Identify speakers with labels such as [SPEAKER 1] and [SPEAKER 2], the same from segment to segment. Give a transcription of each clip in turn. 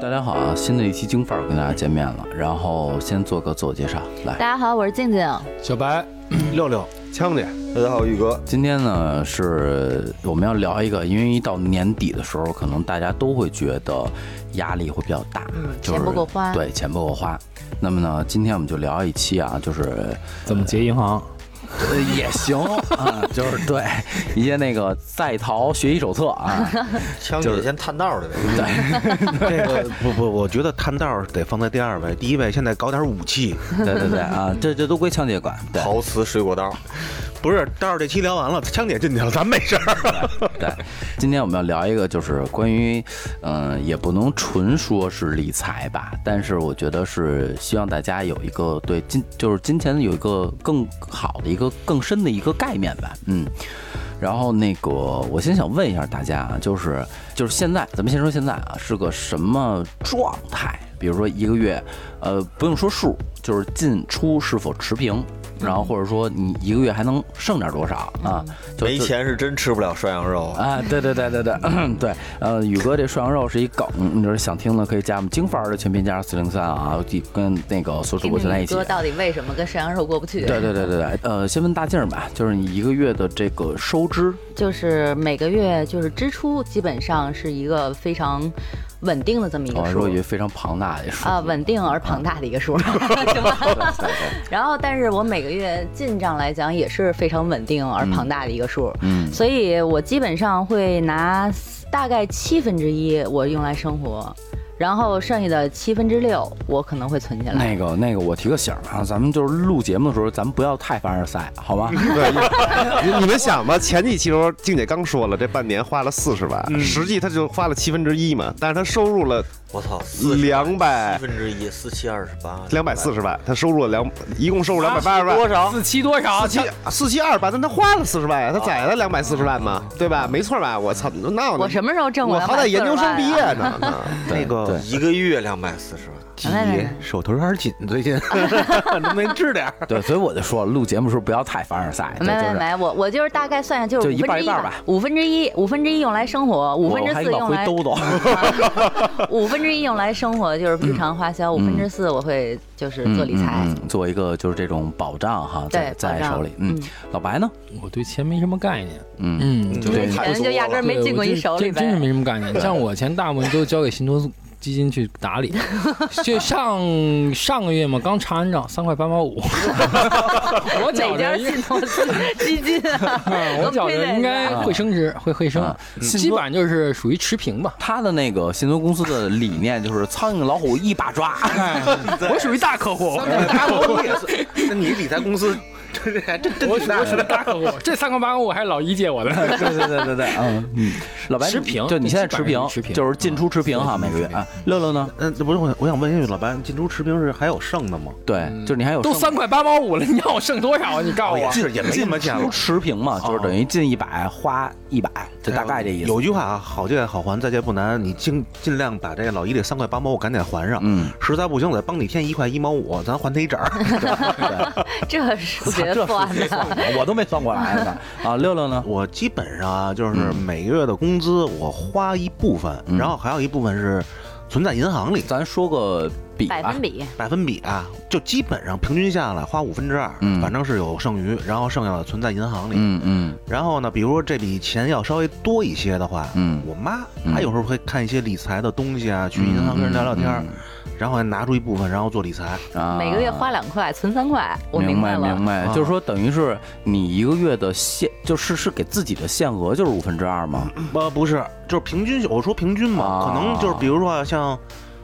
[SPEAKER 1] 大家好啊！新的一期京范儿跟大家见面了，然后先做个自我介绍。
[SPEAKER 2] 大
[SPEAKER 1] 来，
[SPEAKER 2] 家好，我是静静。
[SPEAKER 3] 小白、六六、枪姐，
[SPEAKER 4] 大家好，玉哥，
[SPEAKER 1] 今天呢是我们要聊一个，因为一到年底的时候，可能大家都会觉得压力会比较大，就是
[SPEAKER 2] 嗯钱不够花
[SPEAKER 1] 对，钱不够花。那么呢，今天我们就聊一期啊，就是
[SPEAKER 3] 怎么结银行？
[SPEAKER 1] 呃，也行啊，就是对一些那个在逃学习手册 啊，
[SPEAKER 4] 枪姐先探道 的呗。
[SPEAKER 5] 这 个不不，我觉得探道儿得放在第二位，第一位现在搞点武器。
[SPEAKER 1] 对对对啊，这这都归枪姐管。对
[SPEAKER 4] 陶瓷水果刀，
[SPEAKER 5] 不是，待会儿这期聊完了，枪姐进去了，咱没事 儿。
[SPEAKER 1] 对，今天我们要聊一个，就是关于，嗯、也不能纯说是理财吧，但是我觉得是希望大家有一个对金，就是金钱有一个更好的一个更深的一个概念吧，嗯。然后那个，我先想问一下大家啊，就是就是现在，咱们先说现在啊，是个什么状态？比如说一个月，呃，不用说数，就是进出是否持平，然后或者说你一个月还能剩点多少啊？就
[SPEAKER 4] 没
[SPEAKER 1] 就
[SPEAKER 4] 钱是真吃不了涮羊肉。
[SPEAKER 1] 啊，对对对对对对，呃，宇哥这涮羊肉是一梗，你就是想听的可以加我们京范儿的全拼加上四零三啊，跟那个所主
[SPEAKER 2] 听
[SPEAKER 1] 播
[SPEAKER 2] 听
[SPEAKER 1] 全在
[SPEAKER 2] 你
[SPEAKER 1] 一起
[SPEAKER 2] 哥。到底为什么跟涮羊肉过不去？
[SPEAKER 1] 对对对对对，呃，先问大静儿吧，就是你一个月的这个收支，
[SPEAKER 2] 就是每个月就是支出基本上是一个非常稳定的这么一
[SPEAKER 1] 我
[SPEAKER 2] 个
[SPEAKER 1] 还
[SPEAKER 2] 数
[SPEAKER 1] 哦说一个非常庞大的数
[SPEAKER 2] 啊，稳定而庞大的一个数，是吧？ 然后，但是我每个月进账来讲也是非常稳定而庞大的一个数，
[SPEAKER 1] 嗯
[SPEAKER 2] 所以我基本上会拿大概七分之一我用来生活，然后剩下的七分之六我可能会存起来。
[SPEAKER 1] 那个那个，我提个醒儿啊，咱们就是录节目的时候，咱们不要太凡尔赛，好吗？
[SPEAKER 6] 你你们想吧，前几期时候静姐刚说了，这半年花了四十万，实际她就花了七分之一嘛，但是她收入了
[SPEAKER 4] 我操，
[SPEAKER 6] 200
[SPEAKER 4] 四分之一，四七二十八，
[SPEAKER 6] 两百四十万，她收入了两，一共收入两百八十万，
[SPEAKER 4] 多少？
[SPEAKER 3] 啊四七多少？
[SPEAKER 6] 四七四七二十八，但她花了四十万呀，她攒了两百四十万嘛，对吧？没错吧？我操，那我
[SPEAKER 2] 我什么时候挣过
[SPEAKER 6] 我好歹
[SPEAKER 2] 240
[SPEAKER 6] 研究生毕业
[SPEAKER 2] 万啊
[SPEAKER 6] 呢，
[SPEAKER 5] 那
[SPEAKER 6] 那
[SPEAKER 1] 对
[SPEAKER 5] 个
[SPEAKER 4] 一个月两百四十万，
[SPEAKER 5] 姐
[SPEAKER 2] 来来来
[SPEAKER 5] 手头有点紧，最近 能不能支点 儿？
[SPEAKER 1] 对，所以我就说录节目的时候不要太凡尔赛，对
[SPEAKER 2] 没
[SPEAKER 1] 就
[SPEAKER 2] 没
[SPEAKER 1] 是
[SPEAKER 2] 没，我我就是大概算下，就是
[SPEAKER 1] 就
[SPEAKER 2] 五
[SPEAKER 1] 一
[SPEAKER 2] 分
[SPEAKER 1] 半
[SPEAKER 2] 之
[SPEAKER 1] 一
[SPEAKER 2] 一
[SPEAKER 1] 半吧
[SPEAKER 2] 五分之一，五分之一用来生活，五
[SPEAKER 1] 我
[SPEAKER 2] 分之
[SPEAKER 1] 我还
[SPEAKER 2] 四
[SPEAKER 1] 往
[SPEAKER 2] 用
[SPEAKER 1] 回
[SPEAKER 2] 来，啊
[SPEAKER 1] 兜兜。
[SPEAKER 2] 五分之一用来生活就是日常花销，五分之四我会就是 做理财
[SPEAKER 1] 嗯，嗯嗯做一个就是这种保障哈，在
[SPEAKER 2] 对
[SPEAKER 1] 在
[SPEAKER 2] 保障
[SPEAKER 1] 手里。嗯
[SPEAKER 2] 嗯，
[SPEAKER 1] 老白呢？
[SPEAKER 3] 我对钱没什么概念，
[SPEAKER 1] 嗯
[SPEAKER 3] 嗯，
[SPEAKER 4] 就
[SPEAKER 2] 这
[SPEAKER 4] 是太
[SPEAKER 2] 钱就压根儿
[SPEAKER 4] 多了
[SPEAKER 2] 没进过你手里
[SPEAKER 3] 真真是
[SPEAKER 2] 呗。
[SPEAKER 3] 没什么概 念。像我钱大部分都交给信托基金去打理，就上上个月嘛，刚查完账，三块八毛 五，我觉
[SPEAKER 2] 哪家
[SPEAKER 3] 着应
[SPEAKER 2] 信托基金啊？
[SPEAKER 3] 我觉着应该会升值，会会升
[SPEAKER 1] 啊，
[SPEAKER 2] 嗯
[SPEAKER 3] 基本上就是属于持平吧。
[SPEAKER 1] 他的那个信托公司的理念就是苍蝇老虎一把抓，
[SPEAKER 3] 我属于大客户，
[SPEAKER 5] 大我也是，那你理财公司 这还真真
[SPEAKER 3] 我
[SPEAKER 5] 挺
[SPEAKER 3] 属
[SPEAKER 5] 大
[SPEAKER 3] 我属于
[SPEAKER 5] 的。
[SPEAKER 3] 大客户，这三块八毛五还是老一借我的。
[SPEAKER 1] 对对对对对，嗯嗯，老白
[SPEAKER 3] 持平
[SPEAKER 1] 对你现在持
[SPEAKER 3] 基本
[SPEAKER 1] 平，
[SPEAKER 3] 上是持平
[SPEAKER 1] 就是进出持平哈，
[SPEAKER 3] 嗯
[SPEAKER 1] 每个月啊。乐乐呢？
[SPEAKER 5] 嗯，这不是我，我想问一下老白，进出持平是还有剩的吗？
[SPEAKER 1] 对，就是你还有
[SPEAKER 3] 都
[SPEAKER 1] 剩
[SPEAKER 3] 三块八毛五了，你让我剩多少啊？你
[SPEAKER 4] 哦
[SPEAKER 3] 告诉我
[SPEAKER 5] 哦也。是，也没什么钱
[SPEAKER 1] 出
[SPEAKER 5] 了。
[SPEAKER 1] 持平嘛，就是等于进一百花一百，就大概这意思。
[SPEAKER 5] 有句话啊，好借好还，再借不难。你尽尽量把这个老姨这三块八毛五赶紧还上，
[SPEAKER 1] 嗯，
[SPEAKER 5] 实在不行再帮你添一块一毛五，咱还他一整儿。
[SPEAKER 2] 啊这 数学
[SPEAKER 1] 这
[SPEAKER 2] 算
[SPEAKER 3] 啊
[SPEAKER 1] 数学
[SPEAKER 2] 的，
[SPEAKER 1] 算的我都没算过 来呢。啊，乐乐呢？
[SPEAKER 5] 我基本上啊，就是每个月的工资我花一部分，
[SPEAKER 1] 嗯
[SPEAKER 5] 然后还有一部分是存在银行里，
[SPEAKER 1] 咱说个比
[SPEAKER 2] 百
[SPEAKER 1] 吧
[SPEAKER 2] 分，比
[SPEAKER 5] 百分比啊，就基本上平均下来花五分之二
[SPEAKER 1] 嗯，
[SPEAKER 5] 反正是有剩余，然后剩下的存在银行里。
[SPEAKER 1] 嗯嗯
[SPEAKER 5] 然后呢，比如说这笔钱要稍微多一些的话，
[SPEAKER 1] 嗯，
[SPEAKER 5] 我妈
[SPEAKER 1] 嗯
[SPEAKER 5] 她有时候会看一些理财的东西啊，去银行跟人聊聊天
[SPEAKER 2] 嗯
[SPEAKER 5] 儿，然后还拿出一部分，然后做理财。
[SPEAKER 1] 啊，
[SPEAKER 2] 每个月花两块，存三块，我
[SPEAKER 1] 明
[SPEAKER 2] 白了
[SPEAKER 1] 明。白，
[SPEAKER 5] 啊
[SPEAKER 1] 就是说等于是你一个月的限，就是是给自己的限额就是五分之二吗？
[SPEAKER 5] 呃，不是，就是平均，我说平均嘛，
[SPEAKER 1] 啊
[SPEAKER 5] 可能就是比如说像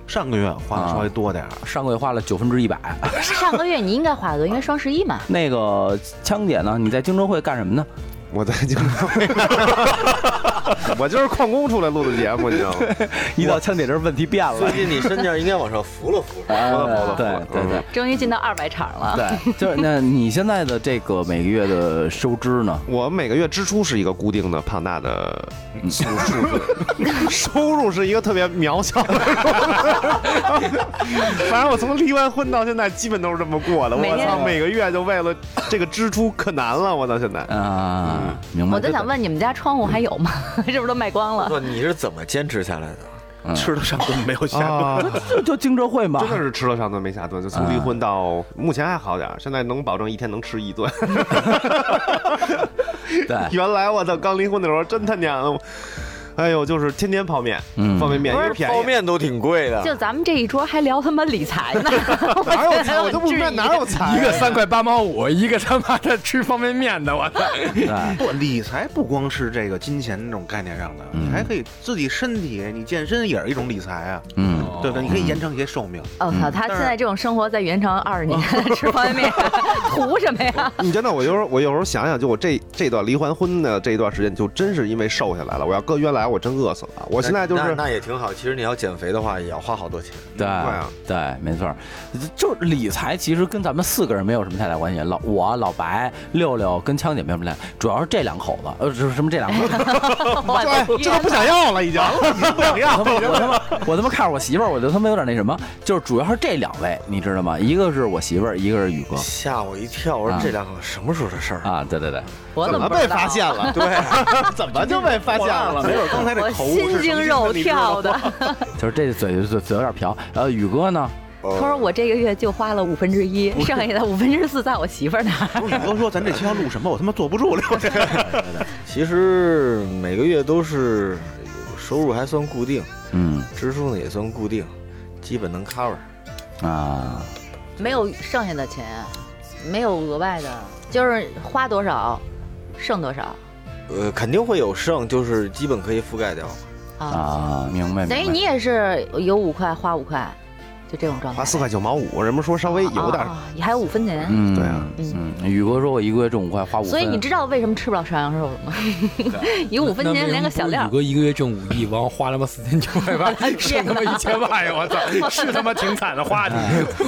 [SPEAKER 5] 上个月花
[SPEAKER 2] 啊
[SPEAKER 5] 的稍微多点儿，
[SPEAKER 1] 上个月花了九分之一百。
[SPEAKER 2] 上个月你应该花个，因为双十一嘛。
[SPEAKER 1] 那个枪姐呢？你在京州会干什么呢？
[SPEAKER 6] 我在就，我就是旷工出来录的节目，你知道吗？
[SPEAKER 1] 一到枪姐这儿问题变了
[SPEAKER 4] 最。近你身价应该往上浮 了浮了。
[SPEAKER 1] 啊对对对
[SPEAKER 2] 终于进到二百场了，
[SPEAKER 1] 对，就是那你现在的这个每个月的收支呢？
[SPEAKER 6] 我每个月支出是一个固定的庞大的
[SPEAKER 3] 嗯
[SPEAKER 6] 数数 字，收入是一个特别渺小的数字。 反正我从离完婚到现在，基本都是这么过的。
[SPEAKER 2] 每
[SPEAKER 6] 我
[SPEAKER 2] 天
[SPEAKER 6] 操，每个月就为了这个支出可难了，我到现在。
[SPEAKER 1] 啊，明白。
[SPEAKER 2] 我就想问你们家窗户还有吗？是不是都卖光了？
[SPEAKER 4] 那你是怎么坚持下来的？
[SPEAKER 1] 嗯
[SPEAKER 5] 吃得上顿没有下顿，
[SPEAKER 6] 啊，
[SPEAKER 1] 就 就经社会嘛
[SPEAKER 6] 真的是吃了上顿没下顿，就从离婚到目前还好点儿，现在能保证一天能吃一 顿。
[SPEAKER 1] 对，
[SPEAKER 6] 原来我操，刚离婚的时候真他娘，哎呦，就是天天泡面，
[SPEAKER 1] 嗯
[SPEAKER 6] 方便面
[SPEAKER 4] 不
[SPEAKER 6] 也
[SPEAKER 4] 是
[SPEAKER 6] 是便
[SPEAKER 4] 泡
[SPEAKER 6] 宜。
[SPEAKER 4] 面都挺贵
[SPEAKER 6] 啊
[SPEAKER 4] 的，
[SPEAKER 2] 就咱们这一桌还聊他妈理财 呢，
[SPEAKER 6] 哪有
[SPEAKER 2] 觉
[SPEAKER 6] 菜？
[SPEAKER 2] 得
[SPEAKER 6] 我都不明白
[SPEAKER 2] 很质疑
[SPEAKER 6] 哪有
[SPEAKER 7] 哎
[SPEAKER 6] 菜。啊
[SPEAKER 3] 一个三块八毛五，一个他妈的吃方便面的，我操！
[SPEAKER 5] 不，理财不光是这个金钱这种概念上的，
[SPEAKER 1] 嗯
[SPEAKER 5] 你还可以自己身体，你健身也是一种理财啊，
[SPEAKER 1] 嗯，
[SPEAKER 2] 哦
[SPEAKER 5] 对不对？你可以延长一些寿命。
[SPEAKER 2] 我操，哦他现在这种生活再延长二十年，
[SPEAKER 6] 哦
[SPEAKER 2] 吃方便 面，图什么呀？
[SPEAKER 6] 你真的，我有时候我有时候想想，就我这这段离完婚的这一段时间，就真是因为瘦下来了。我要搁原来，我真饿死了。我现在就是
[SPEAKER 4] 那那也挺好。其实你要减肥的话，也要花好多钱。
[SPEAKER 1] 对
[SPEAKER 6] 啊
[SPEAKER 1] 对，没错儿，就是理财其实跟咱们四个人没有什么太大关系。老我、老白、六六跟枪姐没什么太大，主要是这两口子，呃，是什么这两口子？
[SPEAKER 2] 我的
[SPEAKER 6] 对，哦哎这都不想要了，已经已经不想要
[SPEAKER 1] 我
[SPEAKER 6] 了。
[SPEAKER 1] 他妈，我他妈看着我媳妇儿，我就他妈有点那什么，就是主要是这两位，你知道吗？一个是我媳妇儿，一个是宇哥
[SPEAKER 4] 吓我一跳！我
[SPEAKER 1] 啊
[SPEAKER 4] 说这两个什么时候的事儿？
[SPEAKER 1] 啊，对对对，
[SPEAKER 2] 我
[SPEAKER 6] 怎
[SPEAKER 2] 怎
[SPEAKER 6] 么
[SPEAKER 2] 么
[SPEAKER 6] 被发现了？对，怎么就被发现了？
[SPEAKER 5] 没
[SPEAKER 6] 没有
[SPEAKER 5] 准刚才
[SPEAKER 2] 我
[SPEAKER 5] 这口误
[SPEAKER 2] 心
[SPEAKER 5] 是
[SPEAKER 2] 惊肉跳的。
[SPEAKER 1] 就是这嘴嘴嘴有点瓢。呃，宇哥呢？
[SPEAKER 2] 他说我这个月就花了五分之一，剩下的五分之四在我媳妇儿那儿。
[SPEAKER 5] 不是你都说咱这期要录什么，我他妈坐不住了。
[SPEAKER 4] 其实每个月都是收入还算固定，
[SPEAKER 1] 嗯
[SPEAKER 4] 支出呢也算固定，基本能 cover。
[SPEAKER 1] 啊，
[SPEAKER 7] 没有剩下的钱，没有额外的，就是花多少，剩多少
[SPEAKER 4] 呃，肯定会有剩，就是基本可以覆盖掉。
[SPEAKER 7] 啊。
[SPEAKER 1] 啊，明白明白。
[SPEAKER 7] 等于你也是有五块花五块，就这种状态。
[SPEAKER 6] 花四块九毛五，人们说稍微有点
[SPEAKER 7] 啊，啊也还有五分钱。
[SPEAKER 1] 嗯，
[SPEAKER 6] 对啊
[SPEAKER 1] 嗯，宇哥说我一个月挣五块，花五分，
[SPEAKER 7] 所以你知道为什么吃不了涮羊肉了吗？ 有五分
[SPEAKER 3] 那
[SPEAKER 7] 钱连个小料 啊
[SPEAKER 3] 宇，哥一个月挣五亿，完后花他妈四千九百 八，剩他妈一千八呀！我操，是他妈挺惨的，花你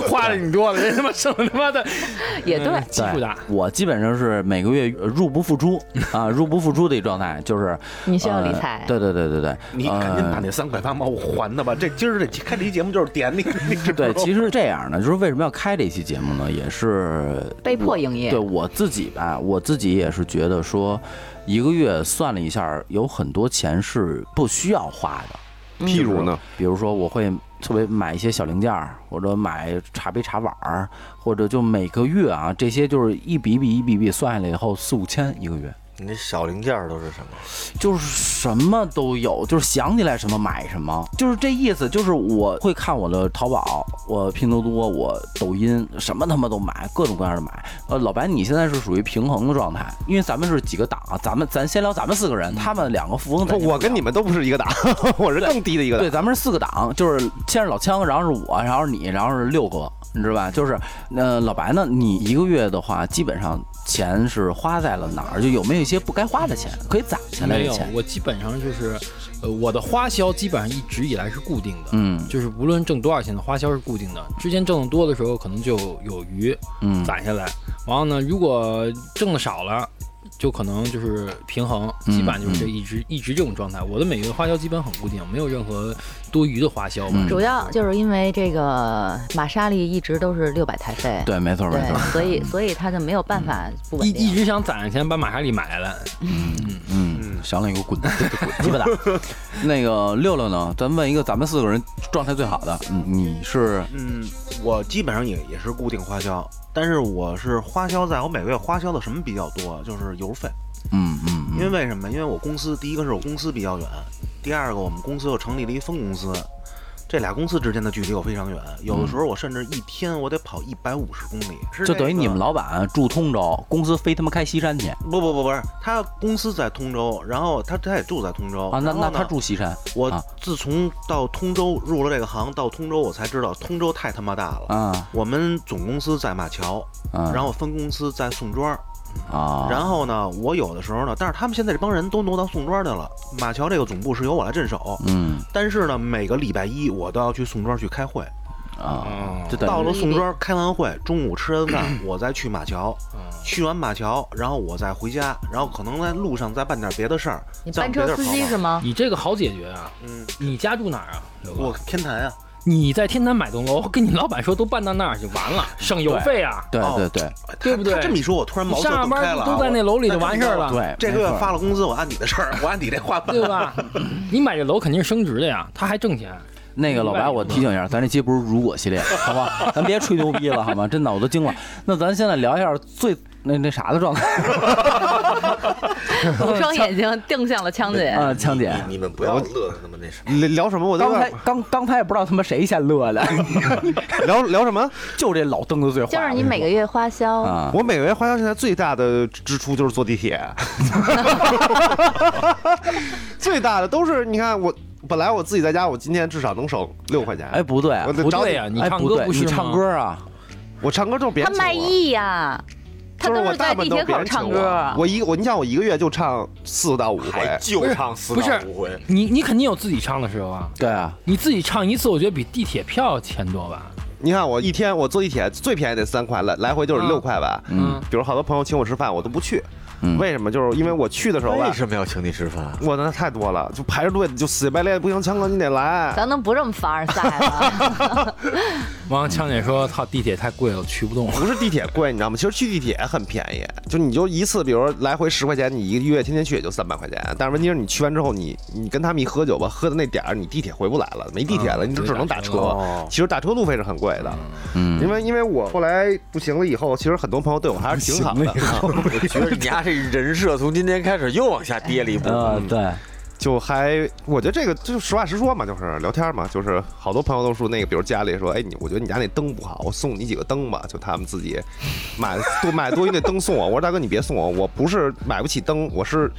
[SPEAKER 3] 花的你多了，人他妈剩他妈的
[SPEAKER 7] 哎也对
[SPEAKER 3] 嗯。基数大。
[SPEAKER 1] 我基本上是每个月呃入不 敷出啊，入不敷出的一状态，就是
[SPEAKER 7] 你需要理
[SPEAKER 1] 呃
[SPEAKER 7] 财
[SPEAKER 1] 对对对对对，
[SPEAKER 5] 你赶紧把
[SPEAKER 1] 呃
[SPEAKER 5] 那三块八毛五还他吧！这今儿这期开这期节目就是点你，你知道
[SPEAKER 1] 对，
[SPEAKER 5] 吗
[SPEAKER 1] 其实这样呢，就是为什么要开这期节目呢？也是
[SPEAKER 7] 被迫营业
[SPEAKER 1] 对我自己吧，我自己也是觉得说，一个月算了一下，有很多钱是不需要花的。
[SPEAKER 6] 譬如呢，
[SPEAKER 1] 比如说我会特别买一些小零件儿，或者买茶杯、茶碗儿，或者就每个月啊，这些就是一笔笔、一笔笔算下来以后，四五千一个月，
[SPEAKER 4] 你那小零件儿都是什么？
[SPEAKER 1] 就是什么都有，就是想起来什么买什么，就是这意思。就是我会看我的淘宝，我拼多多，我抖音，什么他妈都买，各种各样的买。呃，老白，你现在是属于平衡的状态，因为咱们是几个档啊，咱们咱先聊咱们四个人，他们两个富翁，咱先不
[SPEAKER 6] 我跟
[SPEAKER 1] 聊
[SPEAKER 6] 你们都不是一个档， 我是更低的一个档
[SPEAKER 1] 对，。咱们是四个档，就是先是老枪，然后是我，然后是你，然后是六哥，你知道吧？就是呃，老白呢，你一个月的话，基本上钱是花在了哪儿？就有没有一些不该花的钱，可以攒下来
[SPEAKER 3] 没
[SPEAKER 1] 的
[SPEAKER 3] 有，
[SPEAKER 1] 钱？
[SPEAKER 3] 我基本上就是，呃，我的花销基本上一直以来是固定的，
[SPEAKER 1] 嗯
[SPEAKER 3] 就是无论挣多少钱的花销是固定的。之前挣得多的时候可能就有余，
[SPEAKER 1] 嗯
[SPEAKER 3] 攒下来。然后呢，如果挣的少了，就可能就是平衡，
[SPEAKER 1] 嗯
[SPEAKER 3] 基本上就是这一直、一直这种状态。我的每个月花销基本很固定，没有任何多余的花销吧。
[SPEAKER 1] 嗯
[SPEAKER 7] 主要就是因为这个玛莎莉一直都是六百台费，
[SPEAKER 1] 对，没错没错，
[SPEAKER 7] 所以所以他就没有办法不
[SPEAKER 3] 一
[SPEAKER 7] 稳
[SPEAKER 3] 一
[SPEAKER 7] 定。
[SPEAKER 3] 直想攒着钱把玛莎莉买来，
[SPEAKER 1] 嗯，行了，你给我滚，滚滚鸡巴蛋。 那个六六呢？咱问一个咱们四个人状态最好的，嗯，你是
[SPEAKER 5] 嗯，我基本上也也是固定花销，但是我是花销在我每个月花销的什么比较多啊，就是油费。
[SPEAKER 1] 嗯嗯
[SPEAKER 5] 因为
[SPEAKER 1] 嗯
[SPEAKER 5] 为什么？因为我公司第一个是我公司比较远，第二个我们公司又成立了一分公司，这俩公司之间的距离我非常远，有的时候我甚至一天我得跑一百五十公里，是
[SPEAKER 1] 嗯就
[SPEAKER 5] 这
[SPEAKER 1] 等于
[SPEAKER 5] 个
[SPEAKER 1] 你们老板住通州，公司非他妈开西山去啊
[SPEAKER 5] 不不不不是，他公司在通州，然后他他也住在通州
[SPEAKER 1] 啊？那
[SPEAKER 5] 然后
[SPEAKER 1] 那
[SPEAKER 5] 呢
[SPEAKER 1] 他住西山
[SPEAKER 5] 我
[SPEAKER 1] 啊
[SPEAKER 5] 自从到通州入了这个行，到通州我才知道通州太他妈大了。
[SPEAKER 1] 啊
[SPEAKER 5] 我们总公司在马桥，
[SPEAKER 1] 啊，
[SPEAKER 5] 然后分公司在宋庄，
[SPEAKER 1] 啊，
[SPEAKER 5] 然后呢，我有的时候呢，但是他们现在这帮人都挪到宋庄去了。马桥这个总部是由我来镇守，
[SPEAKER 1] 嗯
[SPEAKER 5] 但是呢，每个礼拜一我都要去宋庄去开会。
[SPEAKER 3] 哦
[SPEAKER 1] 啊，就等于
[SPEAKER 5] 哦到了宋庄开完会，中午吃完饭， 我再去马桥，去完马桥，然后我再回家，然后可能在路上再办点别的事儿。
[SPEAKER 7] 你
[SPEAKER 5] 再往
[SPEAKER 7] 班车
[SPEAKER 5] 别地儿
[SPEAKER 7] 司
[SPEAKER 5] 跑
[SPEAKER 7] 机
[SPEAKER 5] 跑
[SPEAKER 7] 是吗？
[SPEAKER 3] 你这个好解决啊。
[SPEAKER 5] 嗯，
[SPEAKER 3] 你家住哪儿啊？刘哥
[SPEAKER 5] 我天坛啊，
[SPEAKER 3] 你在天坛买栋楼， 跟你老板说都搬到那儿就完了，省邮费啊，
[SPEAKER 1] 对
[SPEAKER 5] 哦
[SPEAKER 1] 对对
[SPEAKER 3] 对不对
[SPEAKER 5] 他这么一说，我突然
[SPEAKER 3] 你
[SPEAKER 5] 茅塞
[SPEAKER 3] 下
[SPEAKER 5] 顿开
[SPEAKER 3] 班
[SPEAKER 5] 了啊。
[SPEAKER 3] 都在那楼里就
[SPEAKER 5] 我
[SPEAKER 3] 完事儿了。
[SPEAKER 1] 对，
[SPEAKER 5] 啊这
[SPEAKER 1] 没
[SPEAKER 5] 个月
[SPEAKER 1] 错
[SPEAKER 5] 发了工资，我按你的事儿， 我按你这话办。
[SPEAKER 3] 对吧？你买这楼肯定是升值的呀，他还挣钱。
[SPEAKER 1] 那个老白，我提醒一下，咱这期不是如果系列，好 吧？咱别吹牛逼了，好吗？真的，我都惊了。那咱现在聊一下最那那啥的状态啊
[SPEAKER 2] 我双眼睛定向了枪姐。
[SPEAKER 1] 啊，强姐。
[SPEAKER 4] 你们不要乐得那么那什么。
[SPEAKER 6] 聊聊什么？我都
[SPEAKER 1] 刚
[SPEAKER 6] 有
[SPEAKER 1] 才
[SPEAKER 6] 点
[SPEAKER 1] 刚刚才也不知道他妈谁先乐 的，
[SPEAKER 6] 聊聊什么？
[SPEAKER 1] 就这老凳子最坏。
[SPEAKER 7] 就是你每个月花销，
[SPEAKER 1] 啊，
[SPEAKER 6] 我每个月花销现在最大的支出就是坐地铁， 最大的都是你看我本来我自己在家，我今天至少能省六块钱。
[SPEAKER 1] 哎，不对，
[SPEAKER 6] 我得
[SPEAKER 3] 不
[SPEAKER 6] 找
[SPEAKER 3] 对
[SPEAKER 6] 你，
[SPEAKER 3] 呀、你
[SPEAKER 1] 哎
[SPEAKER 3] 唱
[SPEAKER 1] 不
[SPEAKER 3] 歌
[SPEAKER 1] 对
[SPEAKER 3] 是
[SPEAKER 1] 你
[SPEAKER 3] 吗
[SPEAKER 1] 唱歌啊？
[SPEAKER 6] 我唱歌就是别
[SPEAKER 2] 他
[SPEAKER 6] 人请我
[SPEAKER 2] 卖艺呀、他
[SPEAKER 6] 就是
[SPEAKER 2] 都
[SPEAKER 6] 我
[SPEAKER 2] 是
[SPEAKER 6] 大
[SPEAKER 2] 在
[SPEAKER 6] 部
[SPEAKER 2] 地
[SPEAKER 6] 分
[SPEAKER 2] 铁
[SPEAKER 6] 都是别
[SPEAKER 2] 口
[SPEAKER 6] 人
[SPEAKER 2] 唱
[SPEAKER 6] 请
[SPEAKER 2] 歌
[SPEAKER 6] 我。我一我你像我一个月就唱四到五
[SPEAKER 4] 还
[SPEAKER 6] 回，
[SPEAKER 4] 哎就唱四
[SPEAKER 3] 不是
[SPEAKER 4] 到五回，
[SPEAKER 3] 你你肯定有自己唱的时候啊，
[SPEAKER 1] 对啊，
[SPEAKER 3] 你自己唱一次，我觉得比地铁票钱多吧？
[SPEAKER 6] 你看我一天我坐地铁最便宜得三块，来来回就是
[SPEAKER 3] 嗯
[SPEAKER 6] 六块吧。
[SPEAKER 1] 嗯
[SPEAKER 6] 比如好多朋友请我吃饭，我都不去，
[SPEAKER 1] 嗯，
[SPEAKER 6] 为什么？就是因为我去的时候吧
[SPEAKER 4] 为，什么要请你吃饭？
[SPEAKER 6] 我那太多了，就排着队就死乞白赖，不行，强哥你得来。
[SPEAKER 2] 咱能不这么凡尔赛吗？
[SPEAKER 3] 王强姐说：“操，地铁太贵了，去不动。
[SPEAKER 6] 不是地铁贵，你知道吗？其实去地铁很便宜，就你就一次，比如来回十块钱，你一个月天天去也就三百块钱。但是问题是你去完之后，你你跟他们一喝酒吧，喝的那点儿，你地铁回不来了，没地铁了，
[SPEAKER 3] 嗯
[SPEAKER 6] 你就只能打车。
[SPEAKER 3] 没打车
[SPEAKER 4] 了
[SPEAKER 6] 其实打车路费是很贵的，
[SPEAKER 1] 嗯
[SPEAKER 6] 因为因为我后来不行了以后，其实很多朋友对我还是挺好的，
[SPEAKER 4] 我觉得你丫这人设从今天开始又往下跌了一步。
[SPEAKER 1] 呃，
[SPEAKER 4] 嗯
[SPEAKER 1] 对，
[SPEAKER 6] 就还我觉得这个就实话实说嘛，就是聊天嘛，就是好多朋友都说那个，比如家里说，哎，你我觉得你家那灯不好，我送你几个灯吧，就他们自己买多买多余那灯送我。我说大哥你别送我，我不是买不起灯，我是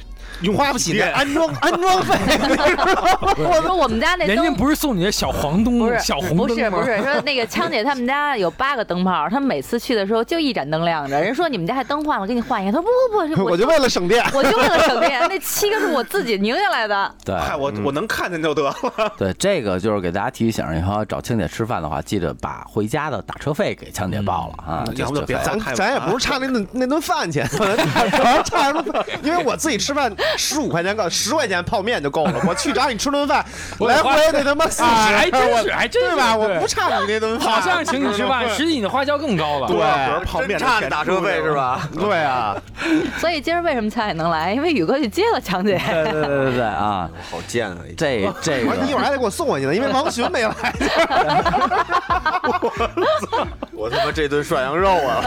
[SPEAKER 6] 花不起那安装安装费。
[SPEAKER 2] 我说我们家那
[SPEAKER 3] 人家
[SPEAKER 2] 灯
[SPEAKER 3] 不是送你的小黄灯
[SPEAKER 2] 不是
[SPEAKER 3] 嗯小红
[SPEAKER 2] 不
[SPEAKER 3] 灯
[SPEAKER 2] 是
[SPEAKER 3] 吗？
[SPEAKER 2] 不是，说那个枪姐他们家有八个灯泡，他们每次去的时候就一盏灯亮着。人说你们家还灯换了，给你换一个。他说不不不，是
[SPEAKER 6] 我就为了省电，
[SPEAKER 2] 我就为了省电，那七个是我自己拧下来的。
[SPEAKER 1] 对
[SPEAKER 5] 嗨，我我能看见就 得了。
[SPEAKER 1] 对，这个就是给大家提醒，以后要找青姐吃饭的话，记得把回家的打车费给强姐报了啊。
[SPEAKER 5] 要不就别
[SPEAKER 6] 咱
[SPEAKER 5] 太
[SPEAKER 4] 啊
[SPEAKER 6] 咱也不是差那顿那顿饭钱， 主要差什么？因为我自己吃饭十五块钱够，十块钱泡面就够了。我去找你吃顿 饭，
[SPEAKER 3] 我
[SPEAKER 6] 来回得他妈四
[SPEAKER 4] 啊
[SPEAKER 3] 哎还
[SPEAKER 6] 十，
[SPEAKER 3] 真是，还真
[SPEAKER 6] 对
[SPEAKER 3] 是
[SPEAKER 6] 吧？我不差你那顿饭，
[SPEAKER 3] 好像请你吃 饭，实际你的花销更高了。
[SPEAKER 6] 对
[SPEAKER 5] 要是泡面
[SPEAKER 4] 真差那打车费是？吧？
[SPEAKER 6] 对啊，
[SPEAKER 2] 所以今儿为什么枪姐能来？因为宇哥去接了枪姐。
[SPEAKER 1] 对对对对对啊，
[SPEAKER 4] 好贱啊！
[SPEAKER 1] 这这
[SPEAKER 6] 我说你一
[SPEAKER 1] 个
[SPEAKER 6] 会儿还得给我送回去呢，因为王 巡没来。
[SPEAKER 4] 我他妈这顿涮羊肉啊！